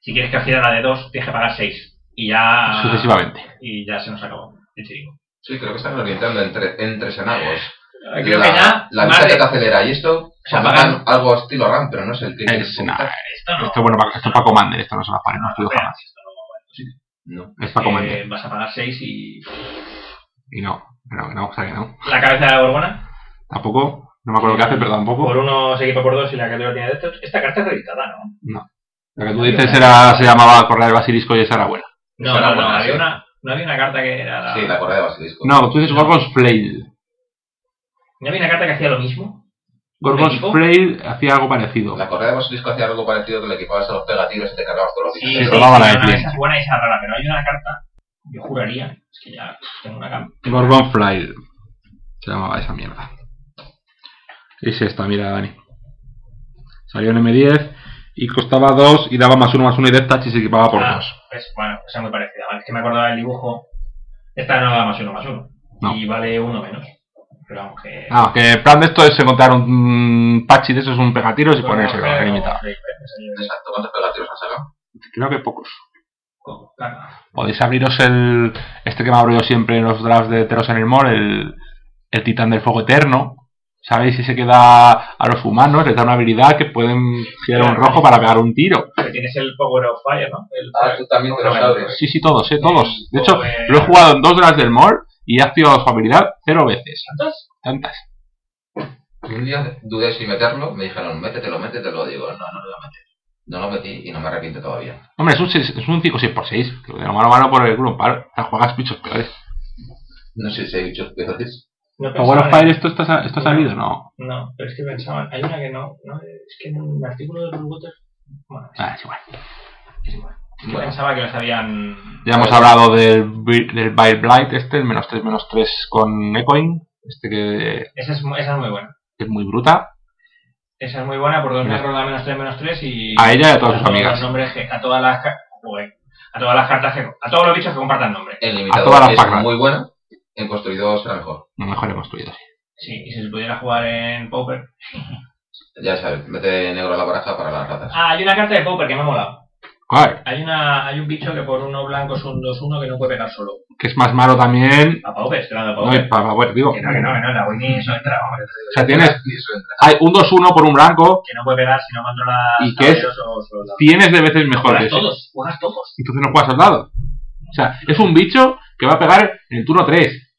S1: Si quieres que gira la de 2, tienes que pagar 6. Y ya.
S2: Sucesivamente.
S1: Y ya se nos acabó. el chiringo.
S3: Sí, creo que están orientando entre, entre senagos.
S1: Creo
S3: la,
S1: que ya.
S3: La vida
S1: más
S3: que
S1: de-
S3: te acelera. Y esto, se
S1: sea, pagan-
S3: pagan algo estilo RAM, pero no es el que
S2: Es,
S3: quieres
S2: nah,
S3: apuntar.
S1: Esto no.
S2: esto bueno, pa- esto es para Commander, esto no se va a poner, no estudio
S1: espera,
S2: jamás.
S1: esto no va a ningún sitio.
S3: No.
S2: Es para Commander.
S1: Eh, vas a pagar 6 y.
S2: Y no, pero no, o sea que no.
S1: La cabeza de la Gorgona.
S2: Tampoco, no me acuerdo qué hace, pero tampoco.
S1: Por uno se equipa por dos y la criatura tiene de estos. Esta carta es reeditada, ¿no?
S2: Lo que tú dices era, se llamaba Correa del Basilisco y esa era buena.
S1: No,
S3: Esa
S1: no,
S3: era
S1: no,
S3: buena,
S1: había
S3: sí.
S1: una, no había una carta que era la...
S3: Sí, la correa de Basilisco.
S2: No, tú dices Gorgon's Flail.
S1: No había una carta que hacía lo mismo.
S2: Gorgon's
S1: ¿Equipo?
S2: Flail hacía algo parecido.
S3: La correa de Basilisco hacía algo parecido que le equipabas a los pegatinos y te cargabas todos los
S1: Sí,
S3: bichos.
S2: se robaba la de
S1: no, no,
S2: Flint.
S1: esa es buena y esa es rara, pero hay una carta, yo juraría, es que ya tengo una carta.
S2: Gorgon Flail. Se llamaba esa mierda. Es esta, mira, Dani. Salió en M10 y costaba 2 y daba más 1 más 1 y Death Touch y se equipaba por
S1: Ah,
S2: 2.
S1: pues, bueno, esa es muy parecida, ¿vale? Es que me acordaba del dibujo. Esta no da más uno, más uno.
S2: No.
S1: Y vale uno menos. Pero vamos que...
S2: Ah, que el plan de esto es encontrar un patch de esos, un pegatiros y
S1: Bueno,
S2: ponerse
S1: pero-
S2: limitado.
S3: Exacto, ¿cuántos pegatinos han sacado?
S2: Creo que pocos.
S1: Claro.
S2: Podéis abriros el. Este que me abro yo siempre en los drafts de Teros en el Mall, el, el Titán del Fuego Eterno. ¿Sabéis? Si se queda a los humanos, les da una habilidad que pueden girar un rojo para pegar un tiro.
S1: Que Tienes el Power of Fire, ¿no? El-
S3: Ah, tú también te lo sabes.
S2: Sí, sí, todos, eh, todos. De hecho,
S1: Power-
S2: lo he jugado en dos drafts del Mall y he activado su habilidad cero veces.
S1: ¿Cuántas?
S2: Tantas.
S3: Un día dudé si meterlo, me dijeron, métetelo, métetelo. Digo, no, no lo voy a meter. No lo metí y no me arrepiento todavía.
S2: Hombre, es un, seis- es un 5 6 por 6 que de lo malo malo por el culo, paro. O sea, juegas bichos peores.
S3: No sé si hay bichos peores.
S1: No
S2: Power of
S1: pensaba en-
S2: Fire, ¿esto está, sa- esto ha salido? No.
S1: No, pero es que pensaban, hay una que no, no es que en un artículo de Bluewater, bueno,
S2: Ah, es igual.
S1: es igual. Yo
S3: Bueno.
S1: pensaba que las habían...
S2: Ya hemos hablado del, Bi- del Bile Blight, este, el menos 3, menos 3 con Ecoin, este que
S1: Esa es, mu- esa es muy buena.
S2: es muy bruta.
S1: Esa es muy buena, por dos
S2: Mira.
S1: negros da menos tres, menos tres y...
S2: A ella y a todas sus
S1: todos
S2: amigas.
S1: los nombres que- a todas las... ca- joder, a todas las cartas que... A todos los bichos que compartan nombre.
S3: El
S2: todas las
S3: limitador es
S2: pacas.
S3: muy bueno. En construido será mejor.
S2: No mejor hemos tuido.
S1: Sí, y si se pudiera jugar en Pauper...
S3: Ya sabes, mete negro a la baraja para las ratas.
S1: Ah, hay una carta de Pauper que me ha molado.
S2: ¿Cuál?
S1: Hay una hay un bicho que por uno blanco es un 2-1 que no puede pegar solo.
S2: Que es más malo también.
S1: A Pauper, estoy hablando de
S2: No,
S1: Pauper.
S2: es para favor, digo.
S1: eh. Que no, que no, que no, la Winnie eso entra, vamos, que
S2: O sea, tienes
S3: Y eso entra.
S2: hay un 2-1 por un blanco,
S1: que no puede pegar si no controla
S2: ¿Y qué es?
S1: o solo
S2: tienes de veces mejor que
S1: Juegas
S2: eso.
S1: todos, juegas todos.
S2: Entonces no juegas al lado. O sea, es un bicho que va a pegar en el turno 3.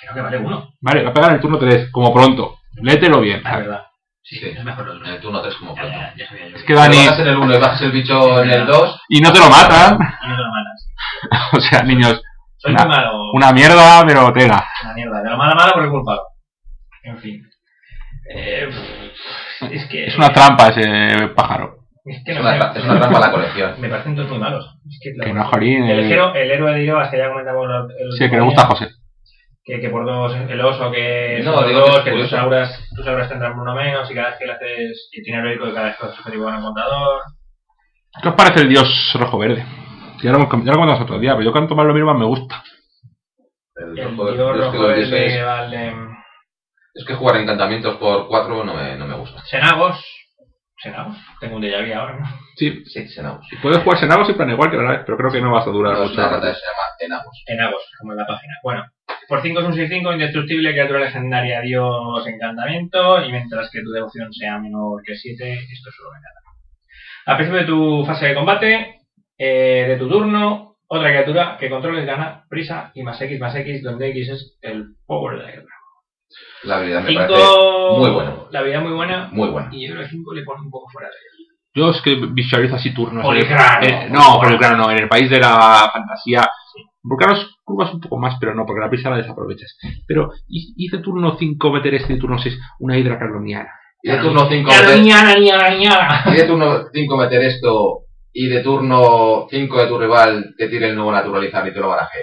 S1: Creo que vale uno.
S2: Vale, va a pegar en el turno 3, como pronto. Léetelo bien.
S1: La verdad. Sí,
S3: Sí.
S1: es mejor el
S3: En el turno 3 como
S1: Ya,
S3: pronto.
S1: ya, ya sabía yo.
S2: Es que
S3: Pero
S2: Dani.
S3: bajas en el 1 y bajas el bicho en el 2,
S2: Y no te lo matan.
S1: Y no te lo matas.
S2: O sea, niños,
S1: Soy
S2: Una-
S1: muy malo.
S2: una mierda, pero tela.
S1: Una mierda. De lo malo malo por el culpado. En fin. Eh, pff, es que.
S2: Es una trampa ese pájaro.
S1: Es que
S3: es
S1: no
S3: una, tra-
S1: sé.
S3: es una trampa a la colección.
S1: Me parecen todos muy malos. Es que, la
S2: Que no,
S1: verdad.
S2: jolín.
S1: El,
S2: El...
S1: héroe, el héroe de Dios, que ya comentamos el, el
S2: Sí, que le
S1: otro
S2: gusta a
S1: día,
S2: José.
S1: que, que por dos el oso, que
S3: No,
S1: son
S3: digo
S1: dos,
S3: que es
S1: que tus
S3: curioso.
S1: auras, tus auras tendrán uno menos, y cada vez que le haces, y tiene heroico, y cada vez que haces objetivo gana un contador.
S2: ¿Qué os parece el dios rojo-verde? Ya lo, hemos com- ya lo comentamos otro día, pero yo cuanto más lo miro más me gusta.
S3: El
S1: El
S3: rojo-
S1: tío
S3: yo es que
S1: rojo
S3: los dioses-
S1: verde, Valdem.
S3: Es que jugar encantamientos por 4 no me, no me gusta.
S1: Senagos. Senagos. Tengo un déjà vu ahora, ¿no?
S2: Sí,
S3: Sí, Senagos.
S2: puedes jugar senagos y plan igual que la vez, pero creo que no vas a durar
S3: Los
S2: mucho.
S3: una rata que se llama Enagos.
S1: Senagos, como en la página. Bueno. Por 5 es un 6-5, indestructible, criatura legendaria, dios, encantamiento, y mientras que tu devoción sea menor que 7, esto solo me encanta. Al principio de tu fase de combate, eh, de tu turno, Otra criatura que controles gana prisa y más X más X, donde X es el power de la guerra.
S3: La habilidad me parece
S1: 5.
S3: muy buena.
S1: La habilidad muy buena.
S3: muy buena.
S1: Y yo creo que 5 le pone un poco fuera de él.
S2: Yo es que visualizo así turnos.
S1: Poligrano.
S2: Eh, no, pero claro, no. En el país de la fantasía. Vulcanos curvas un poco más, pero no, porque la prisa la desaprovechas. Pero hi- hice turno 5, meter este turno 6, una hidra carloniana.
S3: Y de turno 5
S1: Ya,
S3: meter,
S1: niña, niña, niña.
S3: y de turno cinco meter esto y de turno 5 de tu rival te tire el nuevo naturalizar y te lo baraje.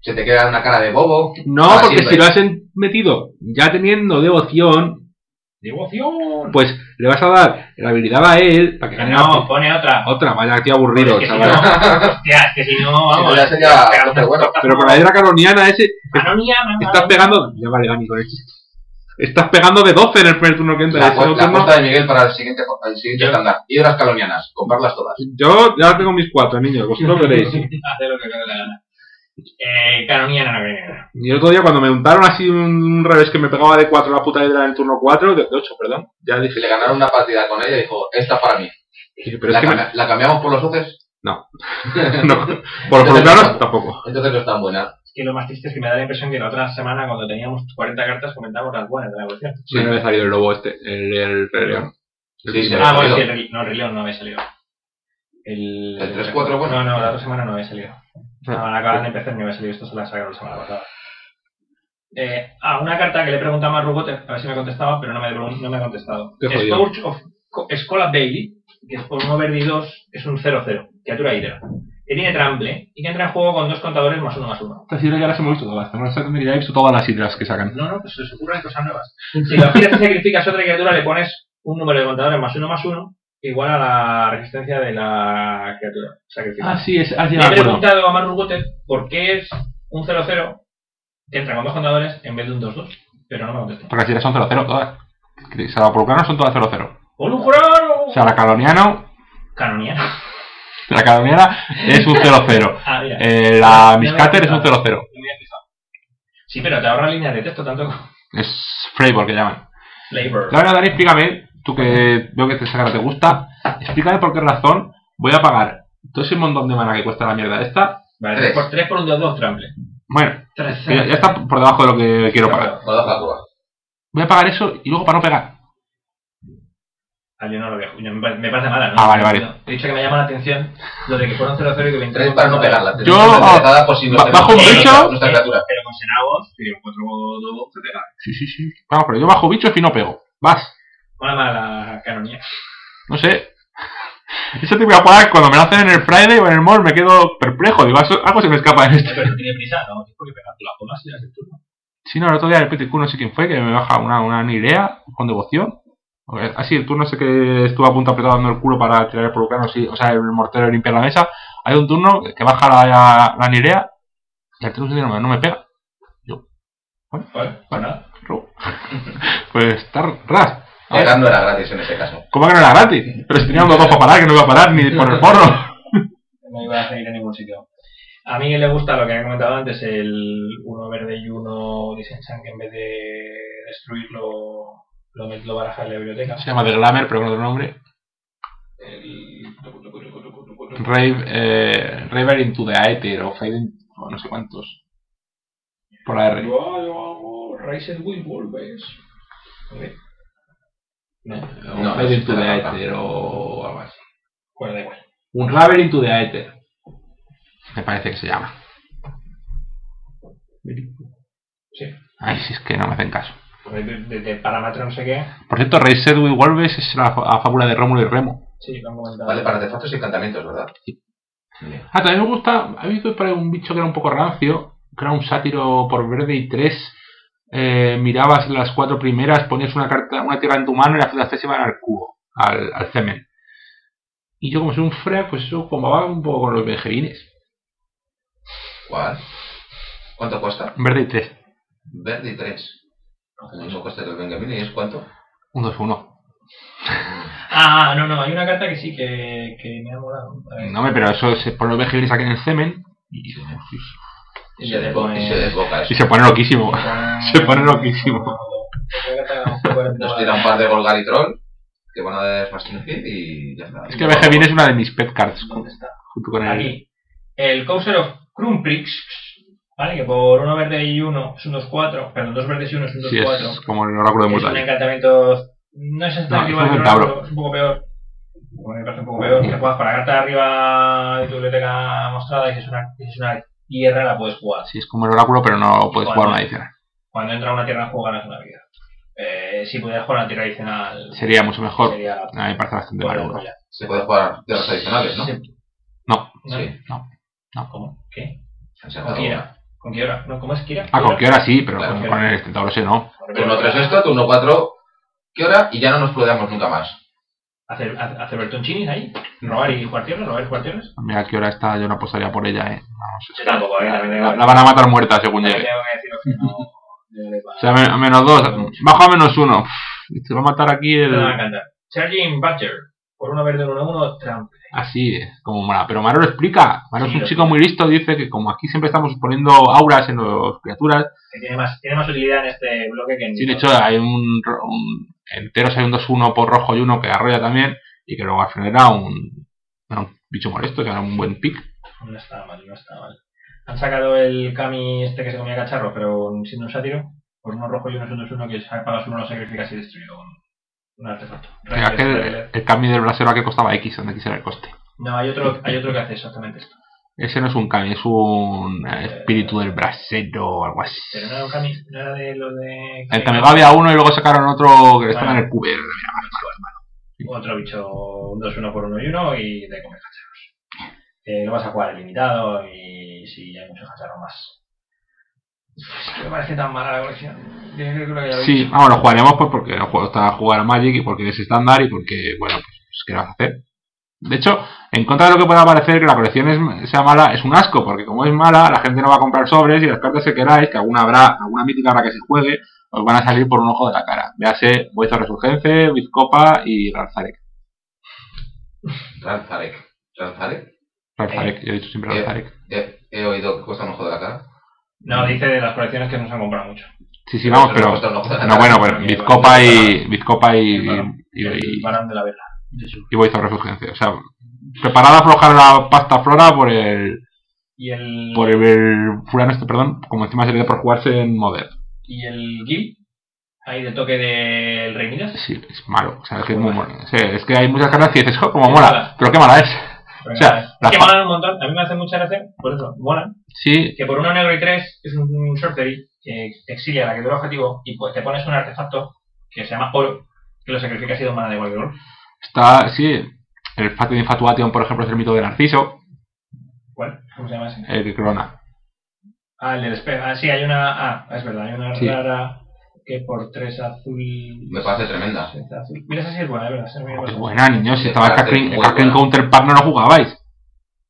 S3: Se te queda una cara de bobo.
S2: No,
S3: Ah,
S2: porque
S3: sí,
S2: si
S3: vale.
S2: lo has en- metido ya teniendo devoción,
S1: Devoción.
S2: pues le vas a dar la habilidad a él para que gane
S1: No,
S2: la-
S1: pone otra.
S2: otra. Vaya, tío aburrido,
S1: Es que si
S2: chaval.
S1: no, hostia, es que si no, vamos. eh,
S3: Si no, ya sería bastante bueno.
S2: Pero con la hidra carloniana ese,
S1: Ah, no, ya, no, no.
S2: estás pegando. Ya vale, Dani, con esto. Estás pegando de 12 en el primer turno que entra.
S3: La,
S2: El segundo
S3: apuesta- la
S2: turno-
S3: apuesta de Miguel para el siguiente, el siguiente
S1: Yo-
S3: estándar. Hidras calonianas, comprarlas todas.
S2: Yo ya tengo mis cuatro, niños, vosotros veréis.
S1: Hace lo que te dé la gana. Eh, canonía no, no, no, no.
S2: Y el otro día cuando me untaron así un, un revés que me pegaba de 4 la puta hidra en el turno 4, de 8, perdón, ya dije,
S3: Si le ganaron una partida con ella, dijo, esta es para mí.
S2: dije, pero
S3: ¿La,
S2: es que
S3: cambia- la cambiamos por los hoces?
S2: No. no, por los colombianos tampoco.
S3: Entonces no es tan buena.
S1: Es que lo más triste es que me da la impresión que la otra semana, cuando teníamos 40 cartas, comentábamos las buenas de la evolución.
S2: Sí. No había salido el lobo este, el, el Rey León.
S3: Sí, sí,
S1: Ah, bueno,
S3: Rey
S1: es que
S3: León.
S1: el Rey- no, Rey León no había salido. El,
S3: ¿El 3-4, bueno?
S1: No, no, la otra semana no había salido. No, la acaban de empezar y no había salido. Esto se la sacaron la semana pasada. Eh, ah, una carta que le preguntaba a Rubote, a ver si me contestaba, pero no me, pregun- no me ha contestado.
S2: Qué jodido.
S1: Scourge of Co- Scola Bailey, que es por 1 verde y 2, es un 0-0, criatura hidra. Que tiene trample y que entra en juego con dos contadores más uno más uno.
S2: Estas hidras ya las hemos visto todas. Hemos ya visto todas las hidras que sacan.
S1: No, no, pues se les ocurren cosas nuevas. Si la giras y sacrificas otra criatura, le pones un número de contadores más uno más uno, igual a la resistencia de la criatura sacrificada.
S2: Ah, sí, es, así
S1: Le he preguntado a Mark Guter por qué es un 0-0 que entra con dos contadores en vez de un 2-2, pero no me contestó.
S2: Porque las hidras son 0-0 todas. O sea, los vulcanos son todas 0-0.
S1: ¡Un jurado!
S2: O sea, la caloniano,
S1: Canonía.
S2: la caloniana es un 0-0.
S1: Ah, mira.
S2: Eh, la Miscater es un 0-0.
S1: me había fijado. Sí, pero te ahorra líneas de texto tanto como
S2: Es Fravor que llaman.
S1: Flavor.
S2: Claro, Dani, explícame, tú que veo que te saca te gusta, explícame por qué razón voy a pagar todo ese montón de mana que cuesta la mierda esta.
S1: Vale, 3
S3: Tres.
S1: por, tres por un 2-2, trample.
S2: Bueno,
S1: 3
S2: que ya, ya está por debajo de lo que quiero pagar.
S3: Todas las dudas.
S2: Voy a pagar eso y luego para no pegar.
S1: Ah, yo no lo veo. Yo- Me pare- me parece mala, ¿no?
S2: Ah, vale, vale.
S1: He dicho que me llama la atención lo de que fueron 0-0 y que me
S3: Tres para no pegarla.
S2: Yo-
S3: por si no
S2: ba-
S3: hacemos
S2: bajo un
S3: nuestra-
S2: bicho-
S1: Eh.
S3: nuestra criatura.
S1: Pero con Senagos, que 4-2 te pega.
S2: Sí, sí, sí. Claro, pero yo bajo bichos y no pego. Vas.
S1: Mola más la canonía.
S2: No sé. Eso te voy a pagar cuando me lo hacen en el Friday o en el mall, me quedo perplejo. Digo, "Eso- algo se me escapa en esto.
S1: Pero no tiene prisa, ¿no? Tienes por qué pegar tú las bolas y las del turno.
S2: Si no, el otro día el PTQ no sé quién fue, que me baja una, una Nilea con devoción. Así, el turno ese que estuvo a punto apretado dando el culo para tirar el polucano, sí, o sea, el mortero de limpiar la mesa. Hay un turno que baja la, la, la Nilea y el turno siguiente no me, no me pega.
S1: Bueno, pues nada.
S2: Pues está ras.
S3: Pegar no era gratis en ese caso.
S2: ¿Cómo que no era gratis? Pero si tenía un dos para parar, que no iba a parar ni por el porro.
S1: No iba a seguir en ningún sitio. A mí le gusta lo que han comentado antes, el uno verde y uno disenchan que en vez de destruirlo lo, lo baraja en la biblioteca.
S2: Se llama The Glamour, pero con otro nombre.
S1: El-
S2: Rave, eh, Raver into the Aether o Fade in- o no sé cuántos. Por la R.
S1: Yo, yo hago Races with Wolves. Ok. No,
S2: O
S3: No,
S2: Fade
S3: es
S2: into the
S3: la
S2: Aether o algo así.
S1: bueno, Pues da igual.
S2: Un Raver into the Aether. Me parece que se llama.
S1: Sí.
S2: Ay, si es que no me hacen caso.
S1: Pues De, de, de Paramatron no sé qué.
S2: Por cierto, Rey Sedwin Wolves es la, fa- la fábula de Rómulo y Remo.
S1: Sí, lo han comentado.
S3: Vale, para artefactos y encantamientos, ¿verdad?
S2: Ah, también me gusta. ¿Habéis visto por ahí un bicho que era un poco rancio? Que era un sátiro por verde y tres. eh, mirabas las cuatro primeras, ponías una carta, una tierra en tu mano y las otras tres iban al cubo, al, al cemen. Y yo, como soy un frea, pues eso combaba un poco con los benjevines.
S3: ¿Cuál? ¿Cuánto cuesta?
S2: Verde y tres.
S3: Verde y tres. El mismo coste del Benjamin y es cuánto.
S2: Un dos uno.
S1: Ah, no, no, hay una carta que sí que, que me ha molado. A ver.
S2: No, hombre, pero eso se pone los benjevines aquí en el cemen y,
S3: Y se, desbo- y se desboca eso.
S2: y se pone loquísimo. se pone loquísimo.
S1: Una carta que a lo mejor es
S3: Nos
S1: mala.
S3: tira un par de Golgar y Troll, que van a dar más y ya está.
S2: Es que benjevine es una de mis pet cards.
S1: ¿Dónde está?
S2: Junto con el,
S1: Aquí. el Couser of Krumprix, ¿vale? Que por uno verde y uno es un 2-4, perdón, dos verdes y uno es un
S2: Sí,
S1: 2-4.
S2: es como el oráculo de
S1: es un
S2: Murray.
S1: encantamiento. No es
S2: No, es
S1: exactamente
S2: un
S1: igual, pero
S2: centauro.
S1: es un poco peor. Bueno, me parece un poco peor. Que juegas con la carta de arriba de tu biblioteca mostrada y si es una, si es una tierra la puedes jugar.
S2: Sí, es como el oráculo, pero no
S1: Igual,
S2: puedes jugar
S1: ¿no?
S2: una adicional.
S1: Cuando entra una tierra en juego ganas una vida. Eh, si pudieras jugar una tierra adicional
S2: Sería mucho mejor.
S1: sería la
S2: A mí me parece bastante
S1: la
S2: malo.
S1: polla.
S3: Se puede jugar tierras adicionales, ¿no?
S1: Sí.
S2: No.
S1: ¿No?
S3: Sí.
S2: No. No.
S1: ¿Cómo? ¿Qué?
S3: O sea,
S1: ¿Con Kira? ¿Con Kira? ¿No? ¿Cómo es Kira?
S2: Ah, con qué hora sí, pero
S3: Claro,
S2: con,
S1: claro.
S2: con el Centauro sí, no.
S3: Turno 3 esto, turno 4 hora y ya no nos rodeamos nunca más.
S1: ¿Hacer, ha- hacer bertonchinis ahí? ¿Robar y jugar tierras? ¿Robar y jugar tierras?
S2: Mira qué hora está, yo no apostaría por ella, eh.
S1: Yo tampoco, a ver, también tengo
S2: La, la van a matar muerta según
S1: también
S2: llegue.
S1: tengo que deciros que no. yo le
S2: O sea, a men- a menos dos, bajo a menos uno. Pff, Te va a matar aquí
S1: Te va a
S2: el.
S1: encantar. Charging Butcher. Por uno verde, uno uno, trample.
S2: Así, eh, como mala. Pero Maro lo explica. Maro es
S1: Sí,
S2: un
S1: lo
S2: chico muy listo, dice que como aquí siempre estamos poniendo auras en las criaturas.
S1: Que tiene más, tiene más utilidad en este bloque que en.
S2: Sí, de hecho, hay un. ro- un- enteros hay un 2-1 por rojo y uno que arrolla también. Y que luego al final era un. era un bicho molesto, que era un buen pick.
S1: No está mal, no está mal. Han sacado el Kami este que se comía cacharro, pero siendo un sátiro. Por uno pues rojo y uno es un 2-1 que se apaga su uno, lo sacrificas y destruye con un artefacto.
S2: Era
S1: Rangers,
S2: que el,
S1: Traveler.
S2: el cambio del brasero a que costaba X, donde X era el coste.
S1: No, hay otro, hay otro que hace exactamente esto.
S2: Ese no es un cambio, es un eh, espíritu del brasero o algo así.
S1: Pero no era un Kami, no era de lo de.
S2: El Kamigawa había uno y luego sacaron otro que estaba en el cuber.
S1: otro bicho un 2-1 por 1 y 1 y te comes cacharros. Eh, lo vas a jugar ilimitado y si hay muchos cacharros más. Es que me parece tan mala la colección. Yo creo que lo había
S2: Sí,
S1: dicho.
S2: vamos, lo jugaremos pues porque el juego está a jugar a Magic y porque es estándar y porque, bueno, pues, ¿qué vas a hacer? De hecho, en contra de lo que pueda parecer que la colección es- sea mala, es un asco, porque como es mala, la gente no va a comprar sobres y las cartas que queráis, que alguna habrá, alguna mítica habrá que se juegue, os van a salir por un ojo de la cara. Véase, Boiza Resurgence, Bizcopa y Ralzarek.
S3: Ranzarek. Ranzarek.
S2: Ralzarek, yo he dicho siempre
S3: Eh.
S2: Ralzarek.
S3: He, he oído que cuesta un ojo de la cara.
S1: No, dice de las colecciones que no se han comprado mucho.
S2: Sí, sí, vamos,
S3: no
S2: pero...
S3: cuesta un ojo eh, de eh, la
S2: No,
S3: cara.
S2: bueno, bueno, Bizcopa y... Bizcopa y...
S3: Eh,
S1: El varón.
S2: y-
S1: el
S2: y-
S1: varón de la verga. de su-
S2: y voy a resurgencia. O sea, preparada a aflojar la pasta flora por el.
S1: Y el,
S2: por el, el fulano este, perdón, como encima se le da por jugarse en Modern.
S1: y el Gil, ahí de toque del Rey Midas.
S2: Sí, es malo. O sea, es que es muy mola. O sea, es que hay muchas cartas que dices, "Jo, como mola, pero qué mala es.
S1: Pero
S2: O sea,
S1: nada,
S2: la
S1: es que
S2: fa-
S1: molan un montón. A mí me hace mucha gracia, por eso, molan.
S2: Sí,
S1: que por uno negro y tres es un, un sorcery que exilia la criatura objetivo y pues te pones un artefacto que se llama oro que lo sacrificas y dos mana de Golgor.
S2: está, sí. El Fatum Infatuation, por ejemplo, es el mito de Narciso,
S1: ¿Cuál? ¿Cómo se llama ese?
S2: el que clona.
S1: Ah, el del espejo. Ah, sí, hay una. Ah, es verdad, hay una
S2: Sí.
S1: rara que por tres azul.
S3: Me parece tremenda.
S1: tres azul. Mira, esa sí es buena, de verdad. esa es muy
S2: Es
S1: buena.
S2: buena, niños, si estaba el
S3: Está
S2: Cacklin, el
S3: muy
S2: Cacklin
S3: buena.
S2: Counter Pack no lo jugabais.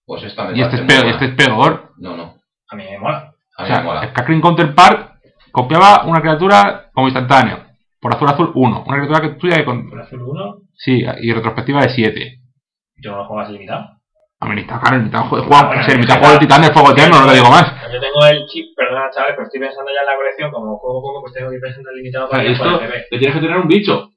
S3: Pues esta me
S2: Y este es
S3: parece
S2: peor,
S3: muy
S2: este
S3: buena.
S2: es peor.
S3: No, no.
S1: A mí me mola.
S2: O
S3: A mí
S2: sea, eh.
S3: me mola.
S2: el Cacklin Counter Park copiaba una criatura como instantáneo. Por azul azul 1. Una criatura que tuya que con...
S1: Por azul uno,
S2: Sí, y retrospectiva de 7.
S1: yo no lo juego así limitado.
S2: A mí está claro, el mitad juego, juega-
S1: Bueno,
S2: o sea, el
S1: es
S2: mitad
S1: que
S2: juego
S1: la-
S2: el titán del fuego eterno, no lo digo más.
S1: Yo tengo el chip, perdona, chavales, pero estoy pensando ya en la colección. Como juego poco, pues tengo que ir pensando en limitado
S2: Ah,
S1: para ir por el PP.
S4: Te tienes que tener un bicho.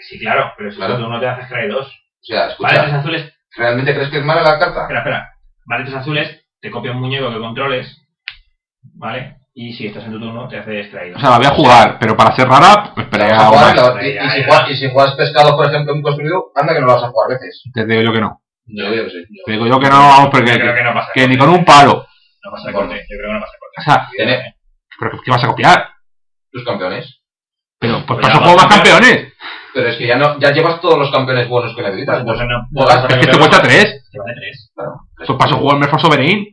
S1: Sí, claro, pero si
S3: Claro.
S1: tú no te haces traer dos.
S3: O sea,
S1: Vale, tres
S3: escucha.
S1: azules
S3: ¿Realmente crees que es mala la carta?
S1: Espera, espera. Valetes azules, te copia un muñeco que controles, ¿vale? Y si estás en tu turno, te hace distraído.
S2: O sea, la voy a jugar, pero para ser rara, me esperé
S3: Vas a
S2: a
S3: jugar
S2: una.
S3: y, la- y- y si juegas, y si juegas pescado, por ejemplo, en construido, anda que no lo vas a jugar a veces.
S2: Te digo yo que no.
S3: Yo digo que sí.
S2: Te digo yo que no, vamos,
S1: Yo
S2: porque
S1: creo
S2: que,
S1: que no pasa.
S2: que ni con un palo.
S1: No pasa corte. Yo creo que no pasa corte.
S2: O sea,
S3: Tiene
S2: pero ¿qué vas a copiar?
S3: tus campeones.
S2: Pero pues
S1: Pues
S2: para
S1: ya
S2: eso juego
S1: vas
S2: más
S1: a copiar.
S2: campeones.
S3: Pero es que ya no, ya llevas todos los campeones buenos que necesitas. Pues,
S1: Entonces no, no vas
S3: Joder,
S1: a
S2: Es que
S1: cambiar
S2: te cuesta
S1: nada.
S2: 3.
S1: Te vale tres.
S2: Eso Pues paso juego el Merfor Sovereign.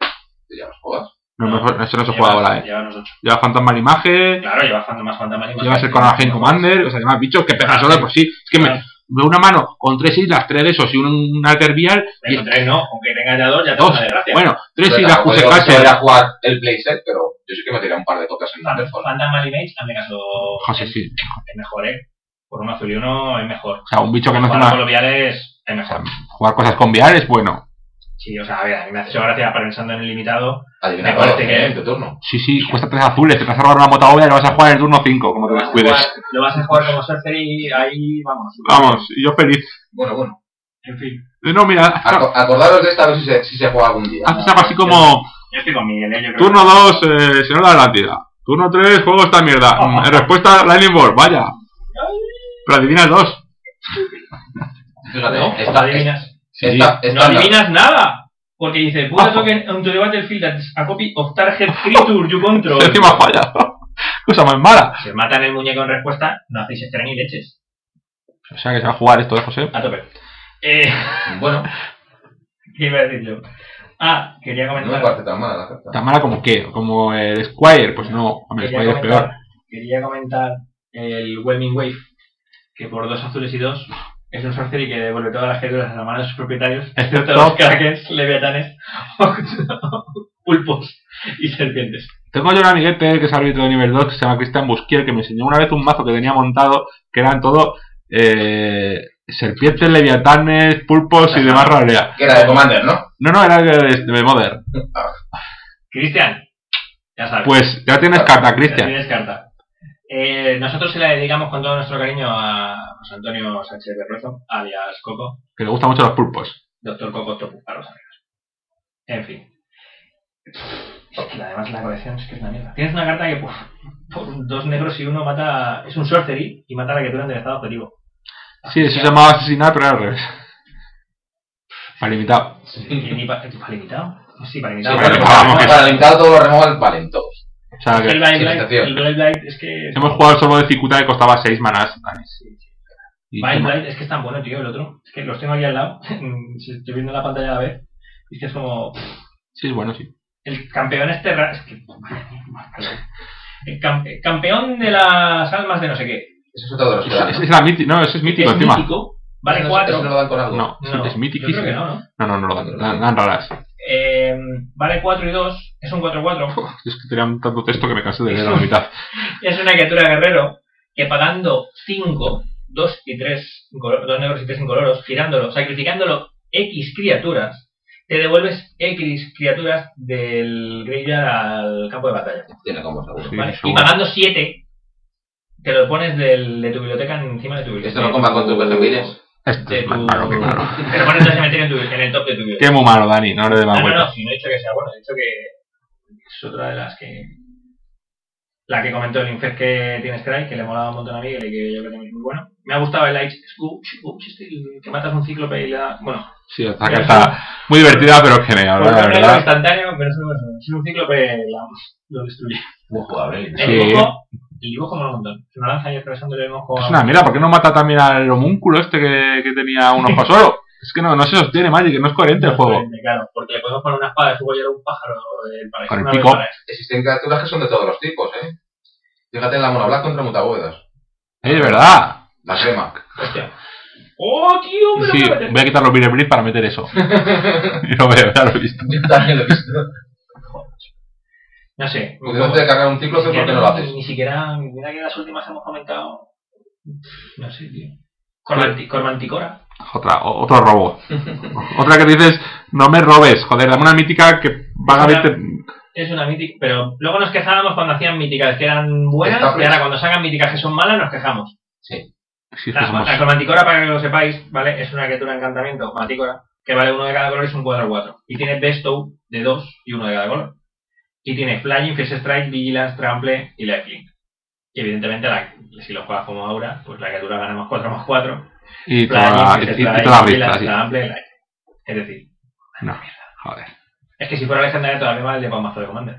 S3: tú ya los juegas.
S2: No,
S1: No.
S2: Merfolk- eso no se juega
S1: Llevas-
S2: ahora, eh.
S1: Llevas los ocho.
S2: Lleva Fantasma de Imagen.
S1: Claro, llevas fanta- más fantasmas y más.
S2: Llevas el Coragen Commander, o sea, además, bichos que pegan solo, pues sí. Es que me
S1: Claro.
S2: veo una mano con tres islas, tres de esos y un, un Alter Vial, y
S1: Pero con tres no, aunque tengas ya dos, ya te
S2: Dos.
S1: da desgracia.
S2: bueno, tres
S3: Pero
S2: islas,
S3: tampoco
S2: puse
S3: ah, pues digo que se
S2: cache.
S3: vaya a jugar el playset, pero yo sí que me tiré un par de tocas en la
S1: Fan- Fantasma y Mage, hazme caso.
S2: José, sí.
S1: Es mejor, ¿eh? Por un azul y uno es mejor.
S2: O sea, un bicho que no
S1: Jugar con
S2: encima
S1: los viales es mejor.
S2: jugar cosas con Vial es bueno.
S1: Sí, o sea, a ver, a mí me hace gracia pensando en el limitado.
S3: Adivina
S1: Me
S3: cuál
S1: parece
S3: tiene
S1: que-
S3: en tu este turno.
S2: Sí, sí, cuesta tres azules, te vas a robar una mota obvia y la vas a jugar el turno 5, como te
S1: Lo vas a jugar-
S2: descuides. Ah.
S1: Lo vas a jugar como sorcery ahí, vamos.
S2: Vamos, y yo feliz. Eh,
S3: Bueno, bueno.
S1: En fin,
S2: No, mira,
S1: Ah,
S2: haz
S3: Aco- acordaros de esta a ver si se, si se juega algún día.
S2: haz algo así como
S1: yo estoy con Miguel, ¿eh? yo creo
S2: turno 2, eh, Señor de la Atlántida. Turno 3, juego esta mierda.
S1: Ah.
S2: Mm, Respuesta, Lightning Ball, vaya. Pero adivina el 2.
S3: Fíjate,
S1: No,
S3: esta-
S1: no adivinas. No
S3: esta- esta-
S1: adivinas nada. Porque dice, put a
S2: Ojo.
S1: token onto the battlefield that's a copy of target creature you control.
S2: Encima falla. Cosa más mala.
S1: Si os matan el muñeco en respuesta, no hacéis extra ni leches.
S2: O sea que se va a jugar esto, ¿eh, José?
S1: A tope. Eh,
S3: Bueno,
S1: ¿Qué iba a decir yo? Ah, quería
S3: no me
S1: comentar.
S3: parece tan mala la carta.
S2: Tan mala como qué? Como el Squire. Pues no, hombre, el
S1: quería
S2: Squire es
S1: comentar,
S2: peor.
S1: quería comentar el Whelming Wave, que por dos azules y dos es un sorcery que devuelve todas las criaturas a la mano de sus propietarios, excepto
S2: Excepto-
S1: los krakens, leviatanes, pulpos y serpientes.
S2: Tengo yo un amiguete que es árbitro de nivel 2 que se llama Cristian Busquier que me enseñó una vez un mazo que tenía montado que eran todo eh, serpientes, leviatanes, pulpos y demás rarrea.
S3: Que era de Commander, ¿no?
S2: No, no, era de, de Modern.
S1: Cristian, ya sabes.
S2: Pues ya tienes carta,
S1: ya
S2: Cristian.
S1: tienes carta. Eh, nosotros se la dedicamos con todo nuestro cariño a José Antonio Sánchez de Ruezo, alias Coco,
S2: Que le gustan mucho los pulpos.
S1: Doctor Coco Topu para los amigos. En fin. Es que además la colección es que es una mierda. Tienes una carta que por, por dos negros y uno mata. Es un sorcery y mata a la criatura enderezada objetivo.
S2: Sí, eso se llamaba asesinar, pero era al revés. Para limitado.
S1: Y ni pa- ¿Para limitado? Sí, para
S3: Sí,
S1: limitado.
S3: para
S2: bueno,
S1: Porque-
S2: vamos, que-
S3: para limitar todos los removals, valen todos.
S2: O sea
S1: El
S2: que
S1: Blind
S3: sin
S1: Blight,
S3: excepción.
S1: el Blind Blight es que.
S2: hemos jugado solo de cicuta que costaba 6 manás.
S1: Sí, sí.
S2: Y
S1: Blind
S2: como-
S1: Blight es que es tan bueno, tío, el otro. Es que los tengo aquí al lado. si estoy viendo la pantalla a la vez. Es que es como.
S2: Sí, es bueno, sí.
S1: El campeón este ra- es que- el cam- el campeón de las almas de no sé qué. Este
S3: Eso es otro de los que
S2: Ese-
S3: dan.
S2: ese era míti- no, ese es mítico
S1: es
S2: encima.
S1: mítico. Vale
S3: Eso-
S1: cuatro.
S3: Eso no lo dan con algo.
S2: No, sí,
S1: No,
S2: es
S1: yo creo que
S2: mítico.
S1: no, ¿no?
S2: No, no, no lo dan, dan, dan raras.
S1: Eh, vale 4 y 2, es un 4-4.
S2: Es que tenía un tanto texto que me cansé de leer a la mitad.
S1: es una criatura guerrero que pagando 5, 2 y 3, 2 negros y 3 incoloros, girándolo, sacrificándolo X criaturas, te devuelves X criaturas del graveyard al campo de batalla.
S3: Tiene como seguro.
S2: Sí,
S1: ¿vale? Y
S2: seguro.
S1: pagando 7, te lo pones del, de tu biblioteca encima de tu biblioteca.
S3: Esto no comba con tus perseguires.
S2: Esto
S1: de
S2: es más
S1: tu-
S2: malo que claro.
S1: Te lo pones del cementerio en, tu- en el top de tu biblioteca.
S2: Qué muy malo, Dani, no le dé más
S1: No, no,
S2: vueltas.
S1: no, si no he dicho que sea bueno, he dicho que es otra de las que. La que comentó el Infer que tiene Scry, que le molaba un montón a mí y que yo creo que es muy bueno. Me ha gustado el Ice Scooch, Scooch, este, el que matas un cíclope y le da. Bueno,
S2: Sí, esta carta muy divertida, pero es genial,
S1: por
S2: la
S1: un negro
S2: verdad.
S1: instantáneo, pero eso no es bueno. Si es un cíclope, la- lo destruye.
S3: Muy jugable.
S1: El
S2: Sí.
S1: dibujo, el dibujo mola un montón. Se me lanza y expresándole el ojo a-
S2: Es una mierda, ¿por qué no mata también al homúnculo este que, que tenía un ojo solo? Es que no, no se sostiene, Magic, que no es coherente el juego.
S1: Claro, porque le podemos poner una espada de su a un pájaro eh, para
S2: Con el
S1: una vez
S2: pico.
S1: para eso.
S3: Existen criaturas que son de todos los tipos, ¿eh? Fíjate en la monoblack contra mutabóvedas.
S2: ¡Eh, de verdad!
S3: La crema.
S1: Hostia. ¡Oh, tío! Me lo
S2: Sí,
S1: voy a meter.
S2: voy a quitar los Beer Brief para meter eso. Y lo veo, ya lo he visto.
S3: Yo también lo he visto.
S1: No sé.
S3: Pudimos de cargar un
S1: Ni
S3: cíclope, ¿por
S1: siquiera-
S3: qué no lo haces?
S1: Ni siquiera, mira que las últimas hemos comentado. No sé, tío. Cormanti- Cormanticora.
S2: Otra, o- otro robo. Otra que dices, no me robes, joder, dame una mítica que vagamente...
S1: Es una mítica. Pero luego nos quejábamos cuando hacían míticas que eran buenas,
S3: Está
S1: y
S3: fresco.
S1: ahora cuando sacan míticas que son malas nos quejamos.
S2: Sí, es que
S1: La,
S2: somos-
S1: la Cormanticora, para que lo sepáis, ¿vale? Es una criatura de encantamiento, Manticora, que vale uno de cada color y es un 4-4. Y tiene Bestow de 2 y uno de cada color. Y tiene Flying, Face Strike, Vigilance, Trample y Lifelink. Y evidentemente, la- si lo juegas como Aura, pues la criatura gana más 4 más 4.
S2: Y toda
S1: Planning,
S2: la,
S1: que
S2: y,
S1: se
S2: y
S1: trae,
S2: toda la
S1: que
S2: vista,
S1: la-
S2: sí.
S1: la amplia y la- Es decir,
S2: No, joder.
S1: es que si fuera legendaria todavía más el de Palmazo de Commander.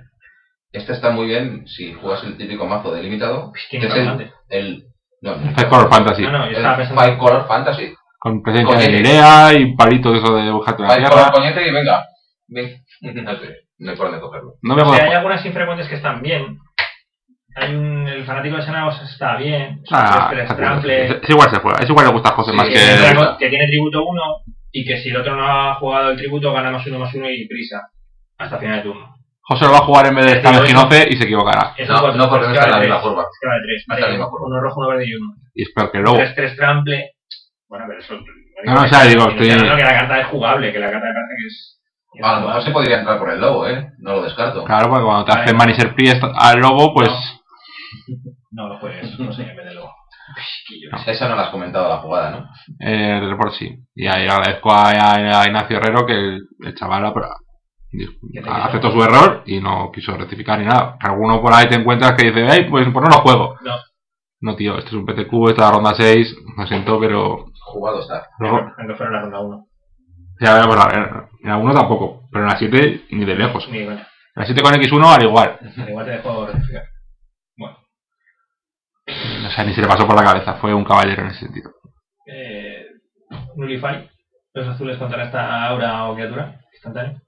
S3: Este está muy bien si juegas el típico mazo delimitado.
S1: Pues, ¿Quién
S3: que
S1: es
S3: es el,
S1: Commander?
S3: el, no, no,
S2: Five Color Fantasy.
S1: No, no, yo
S3: el
S1: estaba pensando.
S3: Five Color Fantasy.
S2: Con presencia
S3: Con
S2: de
S3: el-
S2: Nerea y palito de eso de bujarte la
S3: Five Color
S2: tierra.
S3: Coñete y venga. Ven. No sé, no hay por dónde cogerlo.
S2: No me
S1: O
S2: acuerdo.
S1: sea, hay algunas infrecuentes que están bien. Hay un. El fanático de Senagos está bien.
S2: Ah,
S1: Super
S2: está claro.
S1: Trample,
S2: es, es igual se juega, es igual le gusta a José
S3: Sí,
S2: más
S3: sí,
S1: que,
S2: que.
S1: tiene
S3: sí,
S1: dragon- que tiene tributo 1 y que si el otro no ha jugado el tributo gana más uno más uno y prisa. Hasta final de turno.
S2: José lo va a jugar en vez de
S1: Sí, sí,
S2: Cabezginoce y se equivocará.
S1: Es un
S3: No,
S1: cuatro-
S3: no porque
S1: es
S3: no
S1: que
S3: está en la
S1: vale
S3: misma
S1: tres,
S3: curva.
S1: es que vale tres,
S3: No está en
S1: vale
S3: la misma curva.
S1: uno rojo, uno verde y uno.
S2: Y espero que luego.
S1: 3-3 trample. Bueno, pero eso.
S2: Oh. No, no, o sea, digo,
S1: que,
S2: estoy-
S1: no, que la carta es jugable, que la carta parece que es. que es
S3: A lo mejor se
S1: jugable.
S3: podría entrar por el lobo, ¿eh? No lo descarto.
S2: Claro, porque cuando te
S1: Vale.
S2: hacen Manisher Priest al lobo, pues.
S1: No lo juegues, no sé, en vez de luego.
S3: Esa no la has comentado la jugada, ¿no?
S2: Eh, el report sí. Y ahí agradezco a, a- a Ignacio Herrero que el, el chaval apro-
S1: Que te
S2: aceptó su error y no quiso rectificar ni nada. Que Alguno por ahí te encuentras que dice, ay, pues, pues no lo juego.
S1: No.
S2: No, tío, este es un PTQ, esta ronda 6, lo siento, pero...
S3: Jugado está.
S2: luego-
S1: No fueron la ronda 1.
S2: ya veremos, a ver, en alguno tampoco, pero en la 7 ni de lejos.
S1: Ni bueno,
S2: En la 7 con X1 al igual.
S1: al igual te dejo rectificar.
S2: O sea, ni se le pasó por la cabeza, fue un caballero en ese sentido.
S1: Eh, Nullify. Los azules contra esta aura o criatura. Instantáneo.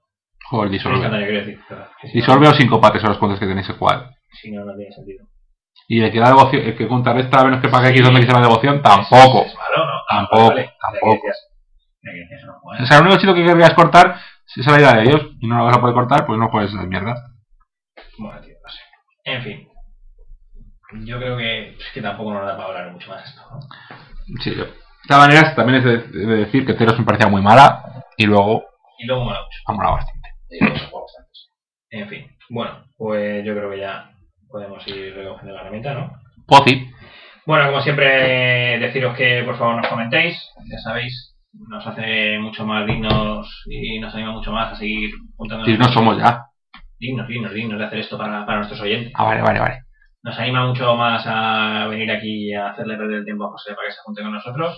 S2: O el
S1: Son
S2: disolve.
S1: instantáneo, quiero decir. pero que si no-
S2: Disolve o sincopates son los puntos que tenéis que jugar.
S1: Si no, no tiene sentido.
S2: Y el que da devoción, el que contrarresta a menos que pague X donde quise la devoción, tampoco.
S1: ¿Es malo o no? Ah,
S2: Tampoco,
S1: vale, vale. Ya
S2: tampoco.
S1: que decías- ya que decías, no, bueno.
S2: O sea, lo único chido que querrías cortar, si esa es la idea de ellos, y no la vas a poder cortar, pues no puedes hacer mierda.
S1: Bueno, tío, no sé. En fin. Yo creo que, es que tampoco nos da para hablar mucho más esto. ¿no?
S2: Sí, yo. De todas maneras, también es de, de decir que Teros me parecía muy mala, y luego
S1: Y luego mola mucho.
S2: ha molado bastante.
S3: Y los juegos antes.
S1: En fin. Bueno, pues yo creo que ya podemos ir recogiendo la herramienta, ¿no?
S2: Pozi,
S1: Bueno, como siempre, deciros que por favor nos comentéis, ya sabéis, nos hace mucho más dignos y nos anima mucho más a seguir juntando.
S2: si no somos ya.
S1: Dignos, dignos, dignos de hacer esto para, para nuestros oyentes.
S2: Ah, vale, vale, vale.
S1: Nos anima mucho más a venir aquí y a hacerle perder el tiempo a José para que se junte con nosotros.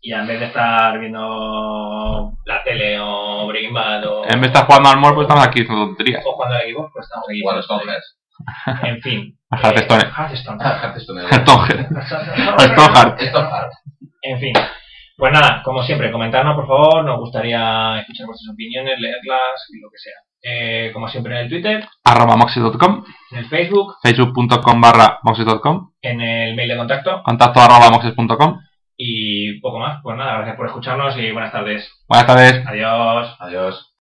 S1: Y en vez de estar viendo la tele o Breaking Bad o,
S2: En vez de estar jugando al mor, pues estamos aquí haciendo tonterías.
S1: o jugando al equipo, pues estamos aquí.
S3: Igual los Tongas.
S1: En fin.
S2: A Hearthstone.
S1: Eh, Hearthstone.
S2: Entonces, Hearthstone
S3: Esto es hard.
S1: En fin. Pues nada, como siempre, comentarnos por favor, nos gustaría escuchar vuestras opiniones, leerlas y lo que sea. Eh, como siempre en el Twitter,
S2: arroba moxie.com,
S1: en el Facebook,
S2: facebook.com barra moxie.com,
S1: en el mail de contacto
S2: contacto arroba moxie.com.
S1: y poco más. Pues nada, gracias por escucharnos y buenas tardes.
S2: Buenas tardes.
S1: Adiós.
S3: Adiós.